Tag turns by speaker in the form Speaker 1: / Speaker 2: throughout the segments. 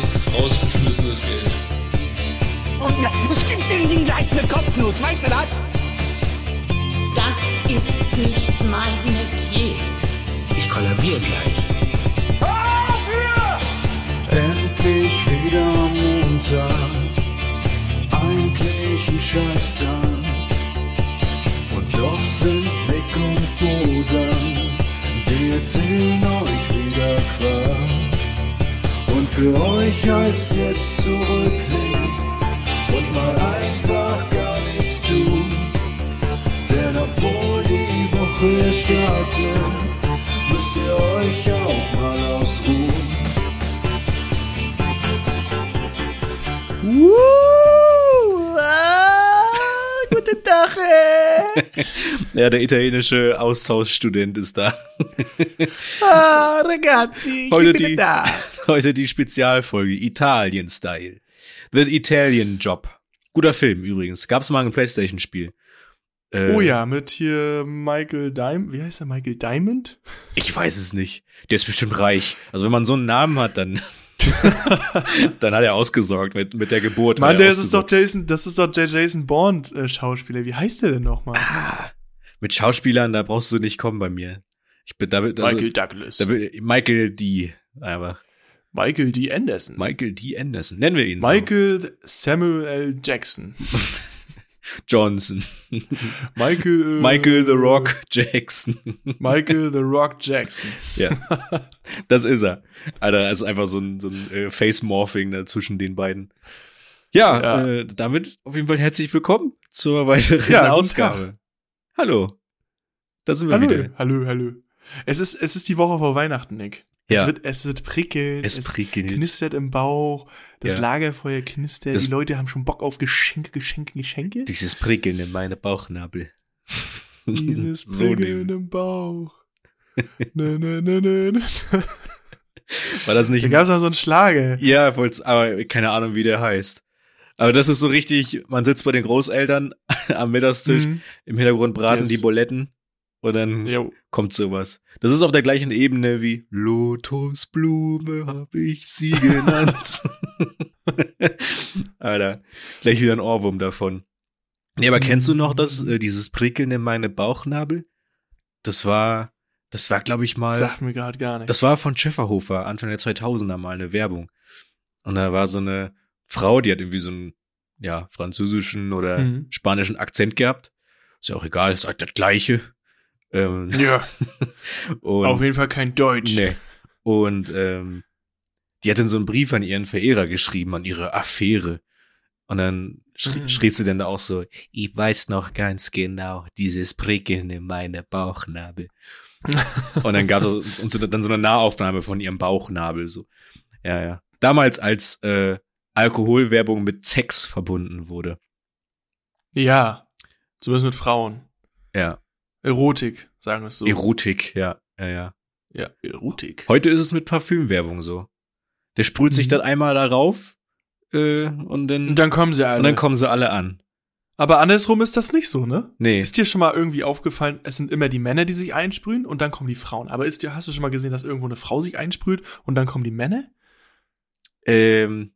Speaker 1: Das ist rausgeschmissenes Geld.
Speaker 2: Und na, bestimmt den Ding gleich eine Kopfnuss, weißt du das?
Speaker 3: Das ist nicht mein Metier.
Speaker 4: Ich kollabiere gleich.
Speaker 5: Endlich wieder Montag, eigentlich ein Scheißtag. Und doch sind Nick und Bruder, die erzählen euch wieder Quatsch. Und für euch heißt jetzt zurücklehnen und mal einfach gar nichts tun. Denn obwohl die Woche startet, müsst ihr euch auch mal ausruhen.
Speaker 6: Guten Tag!
Speaker 7: Ja, der italienische Austauschstudent ist da.
Speaker 6: Ah, ragazzi,
Speaker 7: Heute die,
Speaker 8: ne
Speaker 7: heute die Spezialfolge Italien-Style. The Italian Job. Guter Film übrigens. Gab es mal ein Playstation-Spiel. Äh,
Speaker 8: Oh ja, mit hier Michael Diamond. Wie heißt er? Michael Diamond?
Speaker 7: Ich weiß es nicht. Der ist bestimmt reich. Also wenn man so einen Namen hat, dann, dann hat er ausgesorgt mit, mit der Geburt.
Speaker 8: Mann,
Speaker 7: hat er
Speaker 8: der ist doch
Speaker 7: ausgesorgt.
Speaker 8: Jason, das ist doch der Jason Bond äh, Schauspieler. Wie heißt der denn nochmal?
Speaker 7: Mit Schauspielern, da brauchst du nicht kommen bei mir. Ich bin da, also, Michael.
Speaker 8: Douglas.
Speaker 7: Da bin, Michael D. Einfach.
Speaker 8: Michael D. Anderson.
Speaker 7: Michael D. Anderson. Nennen wir ihn. so.
Speaker 8: Michael Samuel Jackson.
Speaker 7: Johnson.
Speaker 8: Michael äh,
Speaker 7: Michael The Rock
Speaker 8: Mm.
Speaker 7: Jackson.
Speaker 8: Michael The Rock Jackson.
Speaker 7: Ja. Das ist er. Alter, das ist einfach so ein, so ein äh, Face-Morphing da zwischen den beiden. Ja,
Speaker 8: Ja.
Speaker 7: Äh, damit auf jeden Fall herzlich willkommen zur weiteren
Speaker 8: Ja, guten
Speaker 7: Ausgabe. Hallo. Da sind wir
Speaker 8: Hallo,
Speaker 7: wieder.
Speaker 8: hallo, hallo. Es ist es ist die Woche vor Weihnachten, Nick. Es
Speaker 7: Ja.
Speaker 8: wird es wird prickeln.
Speaker 7: Es prickelt.
Speaker 8: knistert im Bauch, das
Speaker 7: Ja.
Speaker 8: Lagerfeuer knistert,
Speaker 7: Das-
Speaker 8: die Leute haben schon Bock auf Geschenke, Geschenke, Geschenke.
Speaker 7: Dieses Prickeln in meine Bauchnabel.
Speaker 8: Dieses
Speaker 7: so
Speaker 8: Prickeln
Speaker 7: nehmen.
Speaker 8: im Bauch. nö, nö, nö, nö. nö.
Speaker 7: War das nicht
Speaker 8: Da gab es mal so einen Schlager.
Speaker 7: Ja, wollt's, aber keine Ahnung, wie der heißt. Aber das ist so richtig, man sitzt bei den Großeltern am Mittagstisch,
Speaker 8: Mhm.
Speaker 7: im Hintergrund braten
Speaker 8: Yes.
Speaker 7: die Buletten und dann
Speaker 8: Jo.
Speaker 7: kommt sowas. Das ist auf der gleichen Ebene wie Lotusblume hab ich sie genannt. Alter, gleich wieder ein Ohrwurm davon. Nee, aber kennst du noch
Speaker 8: Mhm.
Speaker 7: das, äh, dieses Prickeln in meine Bauchnabel? Das war, das war, glaube ich, mal.
Speaker 8: Sagt mir gerade gar nichts.
Speaker 7: Das war von Schäferhofer, Anfang der 2000er mal eine Werbung. Und da war so eine Frau, die hat irgendwie so einen, ja, französischen oder
Speaker 8: Mhm.
Speaker 7: spanischen Akzent gehabt. Ist ja auch egal, ist halt das Gleiche. Ähm,
Speaker 8: ja,
Speaker 7: und,
Speaker 8: auf jeden Fall kein Deutsch.
Speaker 7: nee. Und, ähm, die hat dann so einen Brief an ihren Verehrer geschrieben, an ihre Affäre. Und dann schrie,
Speaker 8: Mhm.
Speaker 7: schrieb sie dann da auch so, ich weiß noch ganz genau, dieses Prickeln in meiner Bauchnabel. Und dann gab es uns dann so eine Nahaufnahme von ihrem Bauchnabel. So. Ja, ja. Damals, als äh, Alkoholwerbung mit Sex verbunden wurde.
Speaker 8: Ja, zumindest mit Frauen.
Speaker 7: Ja.
Speaker 8: Erotik, sagen wir es so.
Speaker 7: Erotik, ja. ja, ja.
Speaker 8: ja, Erotik.
Speaker 7: Heute ist es mit Parfümwerbung so. Der sprüht sich
Speaker 8: Mhm.
Speaker 7: dann einmal darauf äh, und dann,
Speaker 8: Und dann kommen sie alle.
Speaker 7: und dann kommen sie alle an.
Speaker 8: Aber andersrum ist das nicht so, ne?
Speaker 7: Nee.
Speaker 8: Ist dir schon mal irgendwie aufgefallen, es sind immer die Männer, die sich einsprühen und dann kommen die Frauen. Aber ist dir, hast du schon mal gesehen, dass irgendwo eine Frau sich einsprüht und dann kommen die Männer?
Speaker 7: ähm,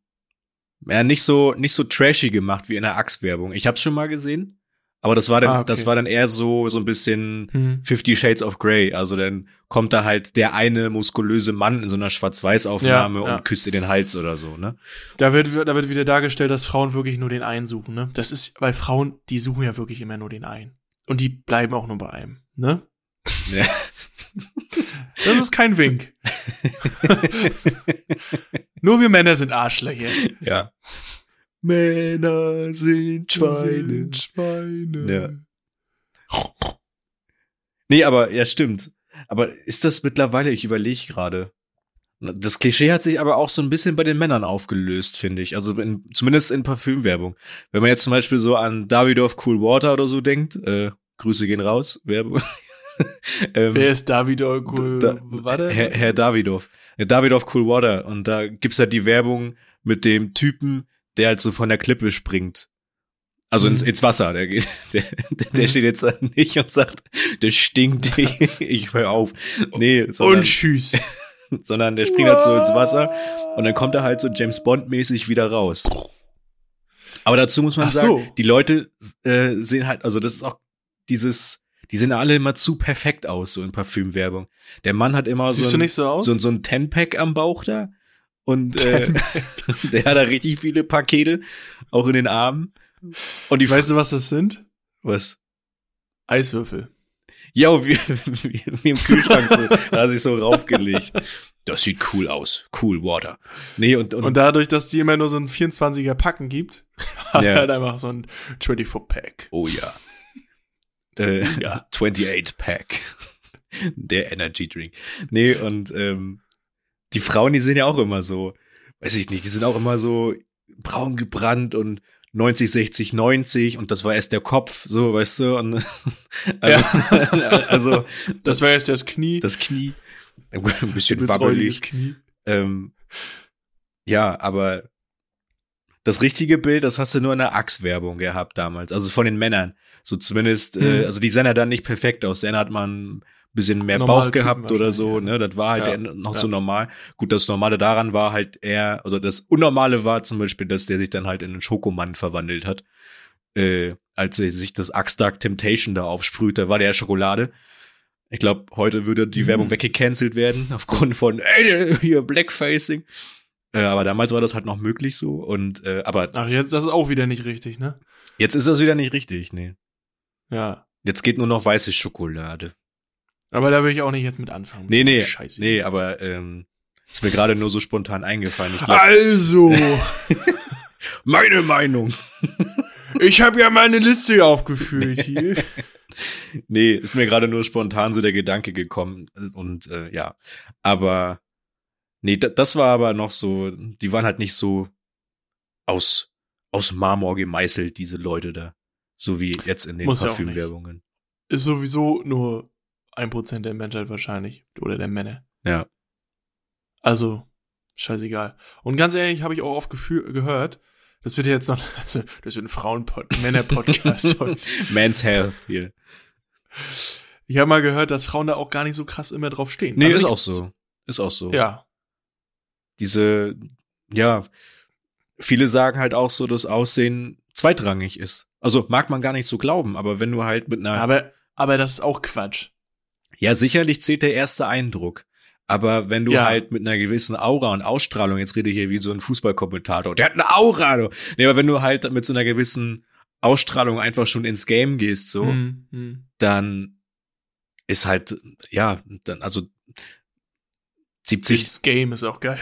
Speaker 7: ja, nicht so nicht so trashy gemacht wie in der Axe-Werbung. Ich hab's schon mal gesehen, aber das war dann
Speaker 8: Ah, okay.
Speaker 7: das war dann eher so so ein bisschen
Speaker 8: Hm.
Speaker 7: Fifty Shades of Grey. Also dann kommt da halt der eine muskulöse Mann in so einer Schwarz-Weiß-Aufnahme
Speaker 8: Ja, ja.
Speaker 7: und küsst ihr den Hals oder so. Ne?
Speaker 8: Da wird, da wird wieder dargestellt, dass Frauen wirklich nur den einen suchen, ne? Das ist, weil Frauen, die suchen ja wirklich immer nur den einen. Und die bleiben auch nur bei einem, ne?
Speaker 7: Ja.
Speaker 8: Das ist kein Wink. nur wir Männer sind Arschlöcher.
Speaker 7: Ja. Männer sind
Speaker 8: Schweine.
Speaker 7: Nee, aber ja, stimmt. Aber ist das mittlerweile, ich überlege gerade. Das Klischee hat sich aber auch so ein bisschen bei den Männern aufgelöst, finde ich. Also in, zumindest in Parfümwerbung. Wenn man jetzt zum Beispiel so an Davidoff Cool Water oder so denkt, äh, Grüße gehen raus, Werbung. ähm,
Speaker 8: Wer ist David Olko?
Speaker 7: Da-
Speaker 8: Warte.
Speaker 7: Herr, Herr Davidoff. Herr Davidoff Coolwater. Und da gibt's halt die Werbung mit dem Typen, der halt so von der Klippe springt. Also ins,
Speaker 8: Mhm.
Speaker 7: ins Wasser. Der, geht- der, der
Speaker 8: Mhm.
Speaker 7: steht jetzt halt da nicht und sagt, das stinkt, ich hör auf. Nee, sondern,
Speaker 8: und tschüss.
Speaker 7: sondern der springt halt so ins Wasser und dann kommt er halt so James Bond-mäßig wieder raus. Aber dazu muss man
Speaker 8: Ach
Speaker 7: sagen,
Speaker 8: so.
Speaker 7: die Leute äh, sehen halt, also das ist auch dieses, die sehen alle immer zu perfekt aus, so in Parfümwerbung. Der Mann hat immer
Speaker 8: Siehst
Speaker 7: so
Speaker 8: du
Speaker 7: ein,
Speaker 8: nicht so aus?
Speaker 7: so, ein- so ein Ten-Pack am Bauch da. Und äh, der hat da richtig viele Pakete, auch in den Armen. Und die
Speaker 8: weißt du, was das sind?
Speaker 7: was?
Speaker 8: Eiswürfel.
Speaker 7: Ja, wie, wie, wie im Kühlschrank so, da hat sich so raufgelegt. Das sieht cool aus. Cool Water. Nee, und, und,
Speaker 8: Und dadurch, dass die immer nur so einen 24er Packen gibt, hat
Speaker 7: Ja.
Speaker 8: er halt einfach so ein 24-Pack.
Speaker 7: oh ja. Äh, 28 Pack. Der Energy Drink. Nee, und ähm, die Frauen, die sind ja auch immer so, weiß ich nicht, die sind auch immer so braun gebrannt und 90, 60, 90 und das war erst der Kopf, so, weißt du, und also, also
Speaker 8: Das wäre jetzt das Knie.
Speaker 7: das Knie ein bisschen
Speaker 8: Übelst räudiges
Speaker 7: wabbelig.
Speaker 8: Knie.
Speaker 7: Ähm, ja, aber das richtige Bild, das hast du nur in der Axe-Werbung gehabt damals. Also von den Männern. So zumindest, äh,
Speaker 8: Hm.
Speaker 7: also die sahen ja dann nicht perfekt aus. Dann hat man ein bisschen mehr
Speaker 8: Normale
Speaker 7: Bauch
Speaker 8: Typen
Speaker 7: gehabt oder so.
Speaker 8: wahrscheinlich,
Speaker 7: Ne? Das war halt
Speaker 8: Ja,
Speaker 7: eher noch
Speaker 8: ja.
Speaker 7: so normal. Gut, das Normale daran war halt eher, also das Unnormale war zum Beispiel, dass der sich dann halt in einen Schokomann verwandelt hat. Äh, als er sich das Axe Dark Temptation da aufsprüht, da war der ja Schokolade. Ich glaube, heute würde die Werbung weggecancelt werden, aufgrund von, ey, hier Blackfacing. Äh, aber damals war das halt noch möglich so. Und äh, aber
Speaker 8: Ach, jetzt, das ist auch wieder nicht richtig, ne?
Speaker 7: jetzt ist das wieder nicht richtig, nee.
Speaker 8: Ja.
Speaker 7: Jetzt geht nur noch weiße Schokolade.
Speaker 8: Aber da will ich auch nicht jetzt mit anfangen.
Speaker 7: Nee, nee.
Speaker 8: Scheiße.
Speaker 7: Nee, aber ähm, ist mir gerade nur so spontan eingefallen. Ich glaub,
Speaker 8: Also,
Speaker 7: meine Meinung.
Speaker 8: ich habe ja meine Liste aufgeführt hier.
Speaker 7: Nee, ist mir gerade nur spontan so der Gedanke gekommen. Und äh, ja, aber nee, da, das war aber noch so, die waren halt nicht so aus, aus Marmor gemeißelt, diese Leute da. So wie jetzt in den
Speaker 8: Muss ja auch nicht.
Speaker 7: Parfümwerbungen.
Speaker 8: Ist sowieso nur ein Prozent der Menschheit wahrscheinlich. Oder der Männer.
Speaker 7: Ja.
Speaker 8: Also, scheißegal. Und ganz ehrlich, habe ich auch oft gefühl, gehört, das wird ja jetzt noch, also, das wird ein Frauen-Pod, Männer-Podcast heute.
Speaker 7: Man's Health hier.
Speaker 8: Ich habe mal gehört, dass Frauen da auch gar nicht so krass immer drauf stehen.
Speaker 7: Nee,
Speaker 8: Also
Speaker 7: ist
Speaker 8: ich-
Speaker 7: auch so. Ist auch so.
Speaker 8: Ja.
Speaker 7: Diese, ja, viele sagen halt auch so, dass Aussehen zweitrangig ist. Also mag man gar nicht so glauben, aber wenn du halt mit einer
Speaker 8: Aber, aber das ist auch Quatsch.
Speaker 7: Ja, sicherlich zählt der erste Eindruck. Aber wenn du
Speaker 8: Ja.
Speaker 7: halt mit einer gewissen Aura und Ausstrahlung, jetzt rede ich hier wie so ein Fußballkommentator, der hat eine Aura, du. Nee, aber wenn du halt mit so einer gewissen Ausstrahlung einfach schon ins Game gehst, so,
Speaker 8: Hm, hm.
Speaker 7: dann ist halt, ja, dann, also 70,
Speaker 8: Das Game ist auch geil.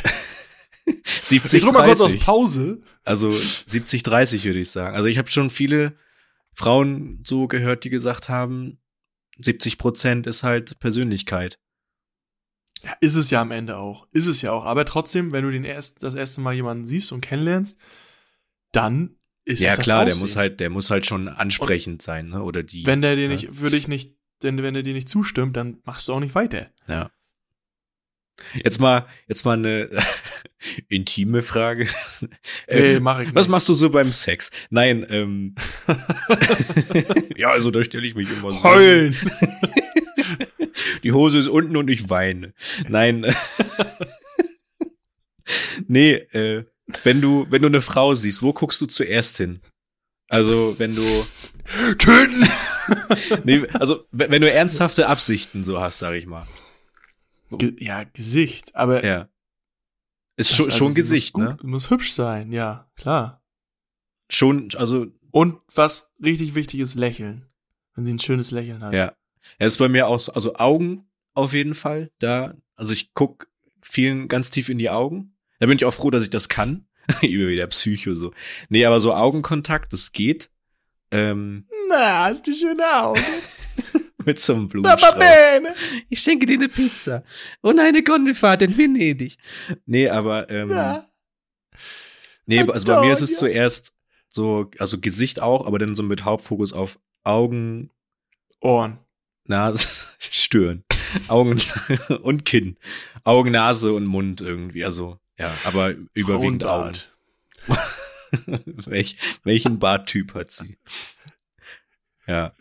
Speaker 7: 70,
Speaker 8: drück auf
Speaker 7: 30.
Speaker 8: Pause.
Speaker 7: Also 70, 30 würde ich sagen. Also ich habe schon viele Frauen so gehört, die gesagt haben, 70 Prozent ist halt Persönlichkeit.
Speaker 8: Ja, ist es ja am Ende auch. Ist es ja auch. Aber trotzdem, wenn du den erst, das erste Mal jemanden siehst und kennenlernst, dann ist
Speaker 7: ja
Speaker 8: es das
Speaker 7: klar, der
Speaker 8: Aussehen.
Speaker 7: muss halt, der muss halt schon ansprechend sein, ne? Oder die.
Speaker 8: Wenn der dir
Speaker 7: Ja.
Speaker 8: nicht, würde ich nicht, denn wenn der dir nicht zustimmt, dann machst du auch nicht weiter.
Speaker 7: ja. Jetzt mal, jetzt mal eine intime Frage.
Speaker 8: Nee,
Speaker 7: Ähm,
Speaker 8: mach ich nicht.
Speaker 7: was machst du so beim Sex? Nein, ähm. ja, also da stelle ich mich immer so.
Speaker 8: Heulen!
Speaker 7: Die Hose ist unten und ich weine. Nein. nee, äh, wenn du, wenn du eine Frau siehst, wo guckst du zuerst hin? Also, wenn du.
Speaker 8: Töten!
Speaker 7: Nee, also, wenn wenn du ernsthafte Absichten so hast, sag ich mal.
Speaker 8: Ge ja, Gesicht. Aber
Speaker 7: Ja. Ist
Speaker 8: das-
Speaker 7: schon,
Speaker 8: also,
Speaker 7: schon
Speaker 8: sie
Speaker 7: Gesicht,
Speaker 8: muss
Speaker 7: ne?
Speaker 8: gut, Muss hübsch sein, ja, klar.
Speaker 7: Schon, also,
Speaker 8: Und was richtig wichtig ist, lächeln. Wenn sie ein schönes Lächeln hat.
Speaker 7: ja. Er ist bei mir auch, so- also Augen auf jeden Fall. Da, also ich guck vielen ganz tief in die Augen. Da bin ich auch froh, dass ich das kann. Über wieder Psycho so. Nee, aber so Augenkontakt, das geht. Ähm,
Speaker 8: Na, hast du schöne Augen.
Speaker 7: mit so einem Blumenstrauß.
Speaker 8: Bene.
Speaker 7: Ich schenke dir eine Pizza und eine Gondelfahrt in Venedig. Nee, aber, ähm,
Speaker 8: Ja.
Speaker 7: Nee, also bei mir ist es
Speaker 8: Antonio.
Speaker 7: zuerst so, also Gesicht auch, aber dann so mit Hauptfokus auf Augen,
Speaker 8: Ohren.
Speaker 7: Nase, Stirn, Augen und Kinn. Augen, Nase und Mund irgendwie. Also, ja, aber überwiegend Augen.
Speaker 8: Frauenbart.
Speaker 7: Welch, welchen Barttyp hat sie? Ja.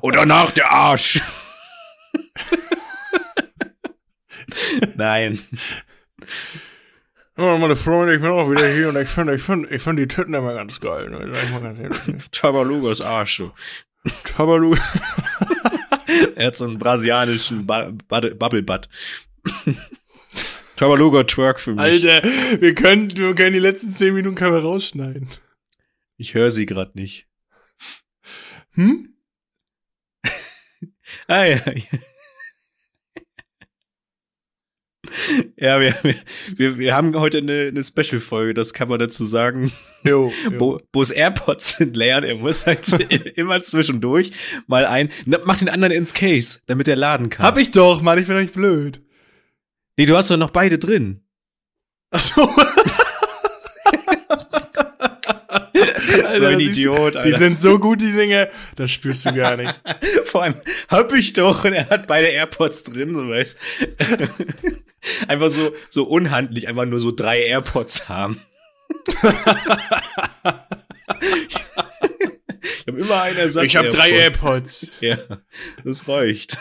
Speaker 7: Oder nach der Arsch. Nein.
Speaker 8: Ja, meine Freunde, ich bin auch wieder hier und ich finde ich find, ich find die Titten immer ganz geil. Ne? Sag ich mal ganz ehrlich.
Speaker 7: Tabalugas Arsch, du.
Speaker 8: Tabalu.
Speaker 7: Er hat so einen brasilianischen ba Bade- Bubblebutt. Tabaluga Twerk für mich.
Speaker 8: Alter, wir können, wir können die letzten 10 Minuten können wir rausschneiden.
Speaker 7: Ich höre sie gerade nicht.
Speaker 8: Hm?
Speaker 7: Ah, ja. Ja, wir, wir- wir, wir haben heute eine, eine Special-Folge, das kann man dazu sagen.
Speaker 8: Jo.
Speaker 7: Bo, Bo's AirPods sind leer und er muss halt immer zwischendurch mal ein. Na, mach den anderen ins Case, damit er laden kann.
Speaker 8: Hab ich doch, Mann, ich bin doch nicht blöd.
Speaker 7: Nee, du hast doch noch beide drin.
Speaker 8: Ach so. Alter,
Speaker 7: so ein
Speaker 8: das ist-
Speaker 7: Idiot,
Speaker 8: Die
Speaker 7: Alter.
Speaker 8: sind so gut, die Dinge, das spürst du gar nicht.
Speaker 7: Vor allem, hab ich doch und er hat beide AirPods drin, so weißt. einfach so, so unhandlich, einfach nur so drei AirPods haben. ich habe immer einen Ersatz.
Speaker 8: Ich habe drei
Speaker 7: AirPods.
Speaker 8: AirPods.
Speaker 7: Ja, das reicht.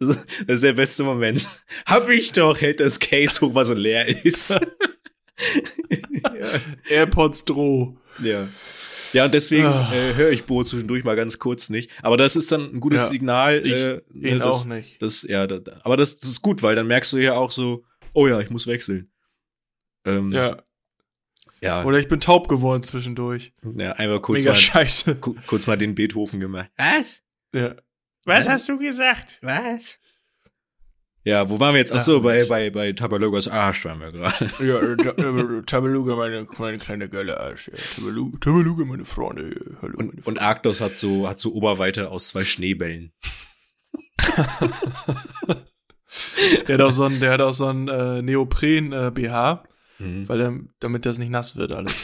Speaker 7: Das ist der beste Moment. Hab ich doch, hält das Case hoch, was so leer ist.
Speaker 8: AirPods Droh.
Speaker 7: Ja. Ja, und deswegen
Speaker 8: Ah.
Speaker 7: äh, höre ich Bo zwischendurch mal ganz kurz nicht. Aber das ist dann ein gutes
Speaker 8: Ja,
Speaker 7: Signal.
Speaker 8: ich
Speaker 7: äh, ne,
Speaker 8: ihn
Speaker 7: das,
Speaker 8: auch nicht.
Speaker 7: Das, ja, da, da- aber das, das ist gut, weil dann merkst du ja auch so, oh ja, ich muss wechseln. Ähm,
Speaker 8: Ja.
Speaker 7: ja,
Speaker 8: Oder ich bin taub geworden zwischendurch.
Speaker 7: ja, einmal kurz
Speaker 8: Mega
Speaker 7: mal,
Speaker 8: scheiße.
Speaker 7: ku- kurz mal den Beethoven gemacht. Was?
Speaker 8: Ja.
Speaker 7: Was
Speaker 8: hast du gesagt?
Speaker 7: Was? Ja, wo waren wir jetzt? Ach
Speaker 8: Ach,
Speaker 7: so, bei,
Speaker 8: Mensch.
Speaker 7: bei, bei Tabalogos Arsch waren wir gerade.
Speaker 8: Ja, äh, Ta- äh, Tabaluga, meine, meine kleine geile Arsch. Ja. Tabaluga, Tabaluga, meine Freunde. Hallo, meine
Speaker 7: Und, und Arktos hat so, hat so Oberweite aus zwei Schneebällen.
Speaker 8: Der hat auch so ein, der hat auch so ein äh, Neopren äh, BH,
Speaker 7: Mhm.
Speaker 8: weil er, damit das nicht nass wird alles.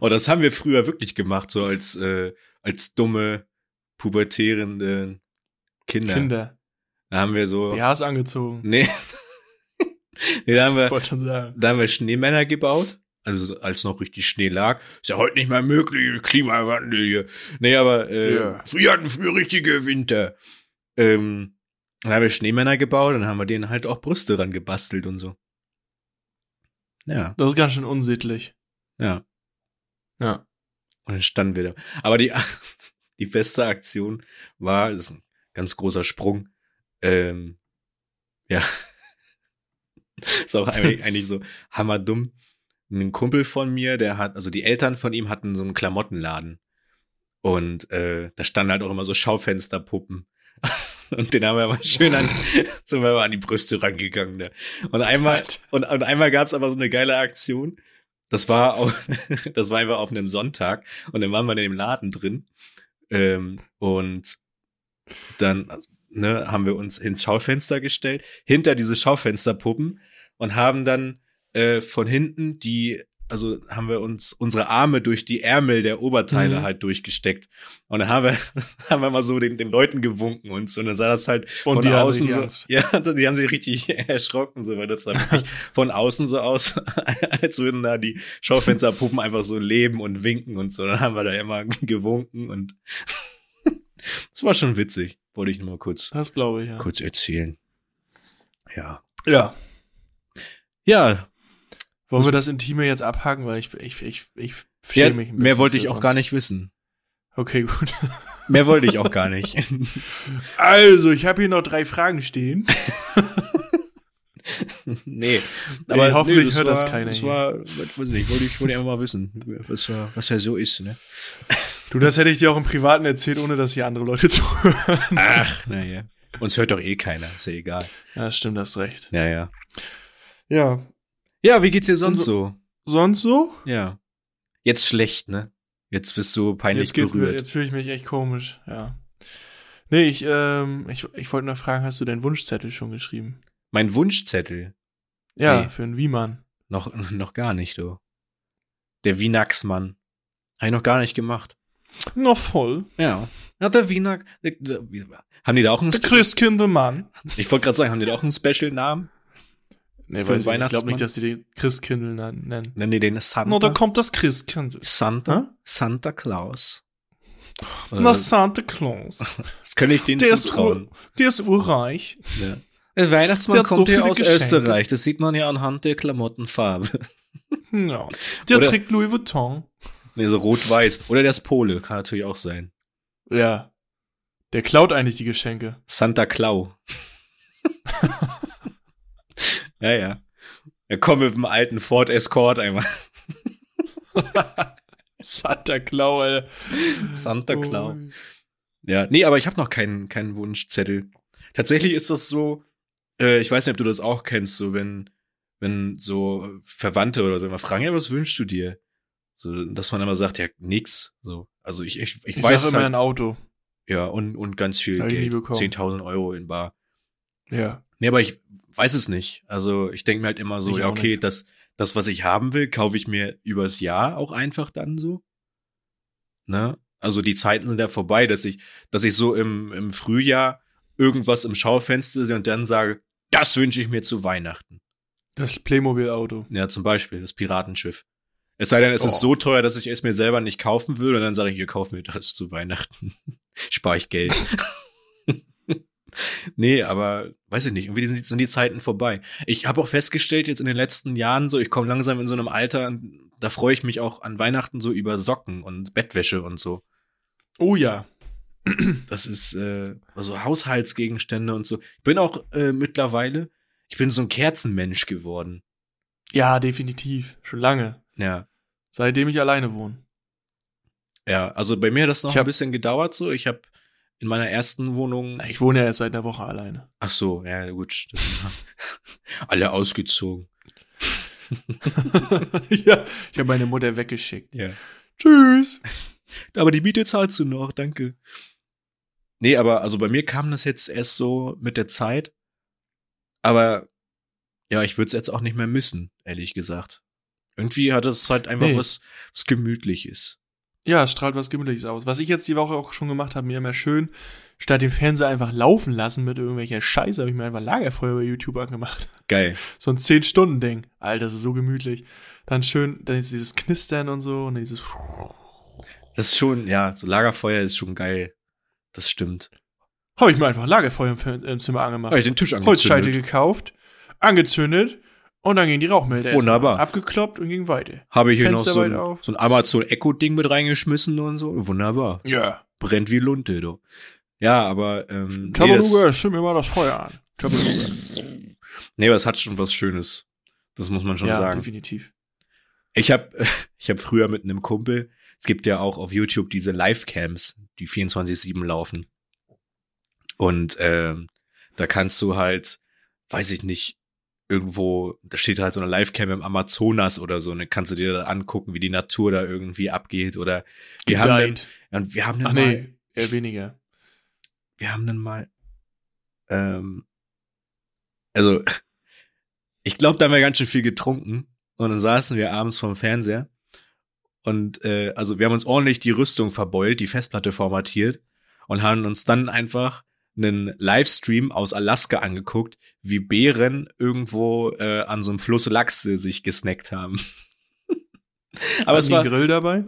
Speaker 7: Oh, das haben wir früher wirklich gemacht, so als, äh, als dumme, pubertierende Kinder.
Speaker 8: Kinder.
Speaker 7: Da haben wir so.
Speaker 8: BH ist angezogen.
Speaker 7: Nee. nee, da haben
Speaker 8: Ich
Speaker 7: wir,
Speaker 8: wollte schon sagen.
Speaker 7: da haben wir Schneemänner gebaut. Also als noch richtig Schnee lag. Ist ja heute nicht mehr möglich, Klimawandel hier. Nee, aber äh,
Speaker 8: Ja.
Speaker 7: wir hatten früher richtige Winter. Ähm, dann haben wir Schneemänner gebaut und haben wir denen halt auch Brüste ran gebastelt und so. Ja,
Speaker 8: Das ist ganz schön unsittlich.
Speaker 7: ja.
Speaker 8: Ja.
Speaker 7: Und dann standen wir da. Aber die, die beste Aktion war, das ist ein ganz großer Sprung, ähm, ja, ist auch eigentlich, eigentlich so hammerdumm. Ein Kumpel von mir, der hat, also die Eltern von ihm hatten so einen Klamottenladen. Und äh, da standen halt auch immer so Schaufensterpuppen. Und den haben wir mal schön an, sind wir mal an die Brüste rangegangen. Ne? Und einmal, und, und einmal gab's aber so eine geile Aktion. Das war auch, das war einfach auf einem Sonntag und dann waren wir in dem Laden drin. Ähm, und dann ne, haben wir uns ins Schaufenster gestellt, hinter diese Schaufensterpuppen und haben dann äh, von hinten die, also haben wir uns unsere Arme durch die Ärmel der Oberteile
Speaker 8: Mhm.
Speaker 7: halt durchgesteckt. Und dann haben wir, haben wir mal so den, den Leuten gewunken und so. Und dann sah das halt
Speaker 8: Und
Speaker 7: von
Speaker 8: die haben
Speaker 7: außen
Speaker 8: richtig
Speaker 7: so.
Speaker 8: Angst.
Speaker 7: Ja, also die haben sich richtig erschrocken, so, weil das dann wirklich von außen so aus, als würden da die Schaufensterpuppen einfach so leben und winken und so. Dann haben wir da immer gewunken und das war schon witzig. Wollte ich nur mal kurz,
Speaker 8: Das glaube ich, ja.
Speaker 7: kurz erzählen. Ja.
Speaker 8: Ja.
Speaker 7: Ja,
Speaker 8: Wollen wir das Intime jetzt abhaken, weil ich, ich, ich, ich schäme mich ein bisschen
Speaker 7: mehr wollte ich
Speaker 8: für
Speaker 7: auch gar
Speaker 8: uns.
Speaker 7: nicht wissen.
Speaker 8: Okay, gut.
Speaker 7: Mehr wollte ich auch gar nicht.
Speaker 8: Also, ich habe hier noch drei Fragen stehen.
Speaker 7: nee.
Speaker 8: Nee, hoffentlich
Speaker 7: das
Speaker 8: hört das
Speaker 7: war-
Speaker 8: keiner
Speaker 7: Das
Speaker 8: hier.
Speaker 7: war, weiß nicht, wollte ich, wollte ich einfach mal wissen, was, ja- was ja so ist, ne?
Speaker 8: Du, das hätte ich dir auch im Privaten erzählt, ohne dass hier andere Leute zuhören.
Speaker 7: Ach, naja. Uns hört doch eh keiner, ist ja egal.
Speaker 8: Ja, stimmt, hast recht.
Speaker 7: Naja.
Speaker 8: Ja.
Speaker 7: Ja, wie geht's dir sonst so?
Speaker 8: Sonst so?
Speaker 7: Ja. Jetzt schlecht, ne? Jetzt bist du peinlich
Speaker 8: Jetzt, geht's mir,
Speaker 7: berührt.
Speaker 8: jetzt fühle ich mich echt komisch, ja. Nee, ich, ähm, ich, ich wollte nur fragen, hast du deinen Wunschzettel schon geschrieben?
Speaker 7: Mein Wunschzettel
Speaker 8: Ja,
Speaker 7: Nee.
Speaker 8: für einen Wiemann.
Speaker 7: noch, noch gar nicht, du. Der Wienax-Mann. Hab ich noch gar nicht gemacht.
Speaker 8: Noch voll.
Speaker 7: Ja. Ja, der Wienax. der- der- Haben die da auch einen,
Speaker 8: Der Christkindelmann.
Speaker 7: ich wollte gerade sagen, haben die da auch einen Special-Namen?
Speaker 8: Nee,
Speaker 7: Für
Speaker 8: weiß ich
Speaker 7: den
Speaker 8: nicht. Ich
Speaker 7: Weihnachtsmann?
Speaker 8: glaube nicht, dass die den Christkindl nan- nennen. Äh.
Speaker 7: Nennen die den Santa?
Speaker 8: No, da kommt das Christkindl.
Speaker 7: Santa? Santa Claus.
Speaker 8: Na,
Speaker 7: Äh,
Speaker 8: Santa Claus.
Speaker 7: Das kann ich denen
Speaker 8: Der ist, ur,
Speaker 7: zutrauen.
Speaker 8: der ist urreich.
Speaker 7: Ja. Der Weihnachtsmann
Speaker 8: Der hat so
Speaker 7: kommt hier
Speaker 8: viele
Speaker 7: aus
Speaker 8: Geschenke.
Speaker 7: Österreich. Das sieht man ja anhand der Klamottenfarbe.
Speaker 8: Ja. Der
Speaker 7: Oder-
Speaker 8: trägt Louis Vuitton.
Speaker 7: Nee, so rot-weiß. Oder der ist Pole. Kann natürlich auch sein.
Speaker 8: Ja. Der klaut eigentlich die Geschenke.
Speaker 7: Santa Clau. ja, ja. Er kommt mit dem alten Ford Escort einmal.
Speaker 8: Santa Claus, Alter.
Speaker 7: Santa Clau. Ja, nee, aber ich habe noch keinen, keinen Wunschzettel. Tatsächlich ist das so, äh, ich weiß nicht, ob du das auch kennst, so wenn, wenn so Verwandte oder so immer fragen, ja, was wünschst du dir? So, dass man immer sagt, ja, nix. So, also ich, ich, ich,
Speaker 8: Ich, ich
Speaker 7: weiß
Speaker 8: sag
Speaker 7: es
Speaker 8: immer
Speaker 7: halt,
Speaker 8: ein Auto.
Speaker 7: ja, und, und ganz viel
Speaker 8: Hab ich nie
Speaker 7: Geld.
Speaker 8: bekommen.
Speaker 7: 10.000 Euro in bar.
Speaker 8: Ja.
Speaker 7: Nee, aber ich weiß es nicht. Also ich denke mir halt immer so,
Speaker 8: Ich
Speaker 7: ja,
Speaker 8: auch
Speaker 7: okay,
Speaker 8: nicht.
Speaker 7: das, das, was ich haben will, kaufe ich mir übers Jahr auch einfach dann so. Ne? Also die Zeiten sind ja vorbei, dass ich, dass ich so im, im Frühjahr irgendwas im Schaufenster sehe und dann sage, das wünsche ich mir zu Weihnachten.
Speaker 8: Das Playmobil-Auto.
Speaker 7: Ja, zum Beispiel das Piratenschiff. Es sei denn, es
Speaker 8: Oh.
Speaker 7: ist so teuer, dass ich es mir selber nicht kaufen will und dann sage ich, ihr kauft mir das zu Weihnachten. Spare ich Geld. nee, aber weiß ich nicht. Irgendwie sind, sind die Zeiten vorbei. Ich habe auch festgestellt, jetzt in den letzten Jahren so, ich komme langsam in so einem Alter, da freue ich mich auch an Weihnachten so über Socken und Bettwäsche und so.
Speaker 8: Oh ja.
Speaker 7: Das ist äh, also Haushaltsgegenstände und so. Ich bin auch äh, mittlerweile, ich bin so ein Kerzenmensch geworden.
Speaker 8: Ja, definitiv. Schon lange.
Speaker 7: Ja.
Speaker 8: Seitdem ich alleine wohne.
Speaker 7: Ja, also bei mir hat das noch
Speaker 8: Ich hab-
Speaker 7: ein bisschen gedauert so. Ich habe in meiner ersten Wohnung.
Speaker 8: Na, Ich wohne ja erst seit einer Woche alleine.
Speaker 7: Ach so, ja gut. Das ist, alle ausgezogen.
Speaker 8: ja. Ich habe meine Mutter weggeschickt.
Speaker 7: Ja.
Speaker 8: Tschüss.
Speaker 7: Aber die Miete zahlst du noch, danke. Nee, aber also bei mir kam das jetzt erst so mit der Zeit. Aber ja, ich würde es jetzt auch nicht mehr missen, ehrlich gesagt. Irgendwie hat es halt einfach
Speaker 8: Nee.
Speaker 7: was, was gemütliches.
Speaker 8: Ja, strahlt was Gemütliches aus. Was ich jetzt die Woche auch schon gemacht habe, mir immer schön, statt den Fernseher einfach laufen lassen mit irgendwelcher Scheiße, habe ich mir einfach Lagerfeuer bei YouTube angemacht.
Speaker 7: Geil.
Speaker 8: So ein 10-Stunden-Ding. Alter, das ist so gemütlich. Dann schön, dann jetzt dieses Knistern und so und dieses.
Speaker 7: Das ist schon, ja, so Lagerfeuer ist schon geil. Das stimmt.
Speaker 8: Habe ich mir einfach Lagerfeuer im, Fer- im Zimmer angemacht.
Speaker 7: Hab ich den Tisch
Speaker 8: Holzscheite
Speaker 7: angezündet.
Speaker 8: gekauft, angezündet und dann ging die Rauchmelder.
Speaker 7: Wunderbar.
Speaker 8: erstmal Abgekloppt und ging weiter.
Speaker 7: Habe ich hier noch
Speaker 8: Fenster
Speaker 7: so
Speaker 8: weit
Speaker 7: ein,
Speaker 8: auf.
Speaker 7: so ein Amazon Echo Ding mit reingeschmissen und so. Wunderbar.
Speaker 8: Ja.
Speaker 7: Brennt wie Lunte, du. Ja, aber ähm, nee,
Speaker 8: Tabaluga,
Speaker 7: das,
Speaker 8: schimm mir mal das Feuer an. Tabaluga.
Speaker 7: nee, aber es hat schon was Schönes. Das muss man schon
Speaker 8: ja,
Speaker 7: sagen.
Speaker 8: definitiv.
Speaker 7: Ich habe ich hab früher mit einem Kumpel, es gibt ja auch auf YouTube diese Livecams, die 24-7 laufen. Und ähm, da kannst du halt, weiß ich nicht, irgendwo, da steht halt so eine Livecam im Amazonas oder so, und dann kannst du dir da angucken, wie die Natur da irgendwie abgeht oder wir haben, dann,
Speaker 8: Gedeiht.
Speaker 7: und wir haben dann
Speaker 8: Ach
Speaker 7: mal,
Speaker 8: nee, eher weniger.
Speaker 7: wir haben dann mal, ähm, also ich glaube, da haben wir ganz schön viel getrunken und dann saßen wir abends vorm Fernseher und äh, also wir haben uns ordentlich die Rüstung verbeult, die Festplatte formatiert und haben uns dann einfach einen Livestream aus Alaska angeguckt, wie Bären irgendwo äh, an so einem Fluss Lachse sich gesnackt haben. Aber es
Speaker 8: Hatten die
Speaker 7: war
Speaker 8: einen Grill dabei?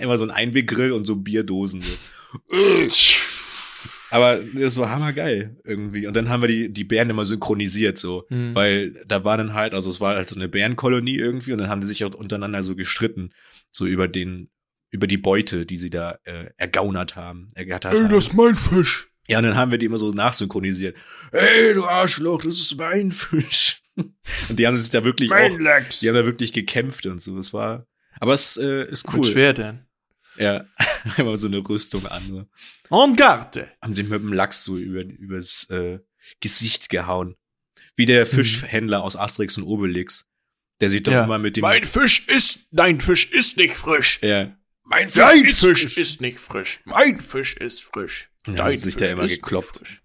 Speaker 7: immer so ein Einweggrill und so Bierdosen. So. Aber das war hammergeil irgendwie. Und dann haben wir die, die Bären immer synchronisiert so.
Speaker 8: Hm.
Speaker 7: Weil da war dann halt, also es war halt so eine Bärenkolonie irgendwie und dann haben die sich auch untereinander so gestritten. So über den, über die Beute, die sie da äh, ergaunert haben. Ergattert
Speaker 8: Äh,
Speaker 7: haben.
Speaker 8: mein Fisch.
Speaker 7: Ja, und dann haben wir die immer so nachsynchronisiert. Ey, du Arschloch, das ist mein Fisch. Und die haben sich da wirklich auch,
Speaker 8: Lachs.
Speaker 7: die haben da wirklich gekämpft und so. Es war, aber es äh, ist
Speaker 8: Mit
Speaker 7: cool.
Speaker 8: Schwertern.
Speaker 7: Ja, einmal so eine Rüstung an. ne? So.
Speaker 8: En garde.
Speaker 7: Haben den mit dem Lachs so über, übers äh, Gesicht gehauen. Wie der Fischhändler aus Asterix und Obelix. Der sich doch
Speaker 8: Mhm. Ja.
Speaker 7: immer mit dem.
Speaker 8: Fisch ist, dein Fisch ist nicht frisch.
Speaker 7: ja,
Speaker 8: Mein Fisch, ist, frisch. ist nicht frisch. Mein Fisch ist frisch.
Speaker 7: Ja, hat sich da immer
Speaker 8: ist nicht
Speaker 7: gekloppt.
Speaker 8: frisch.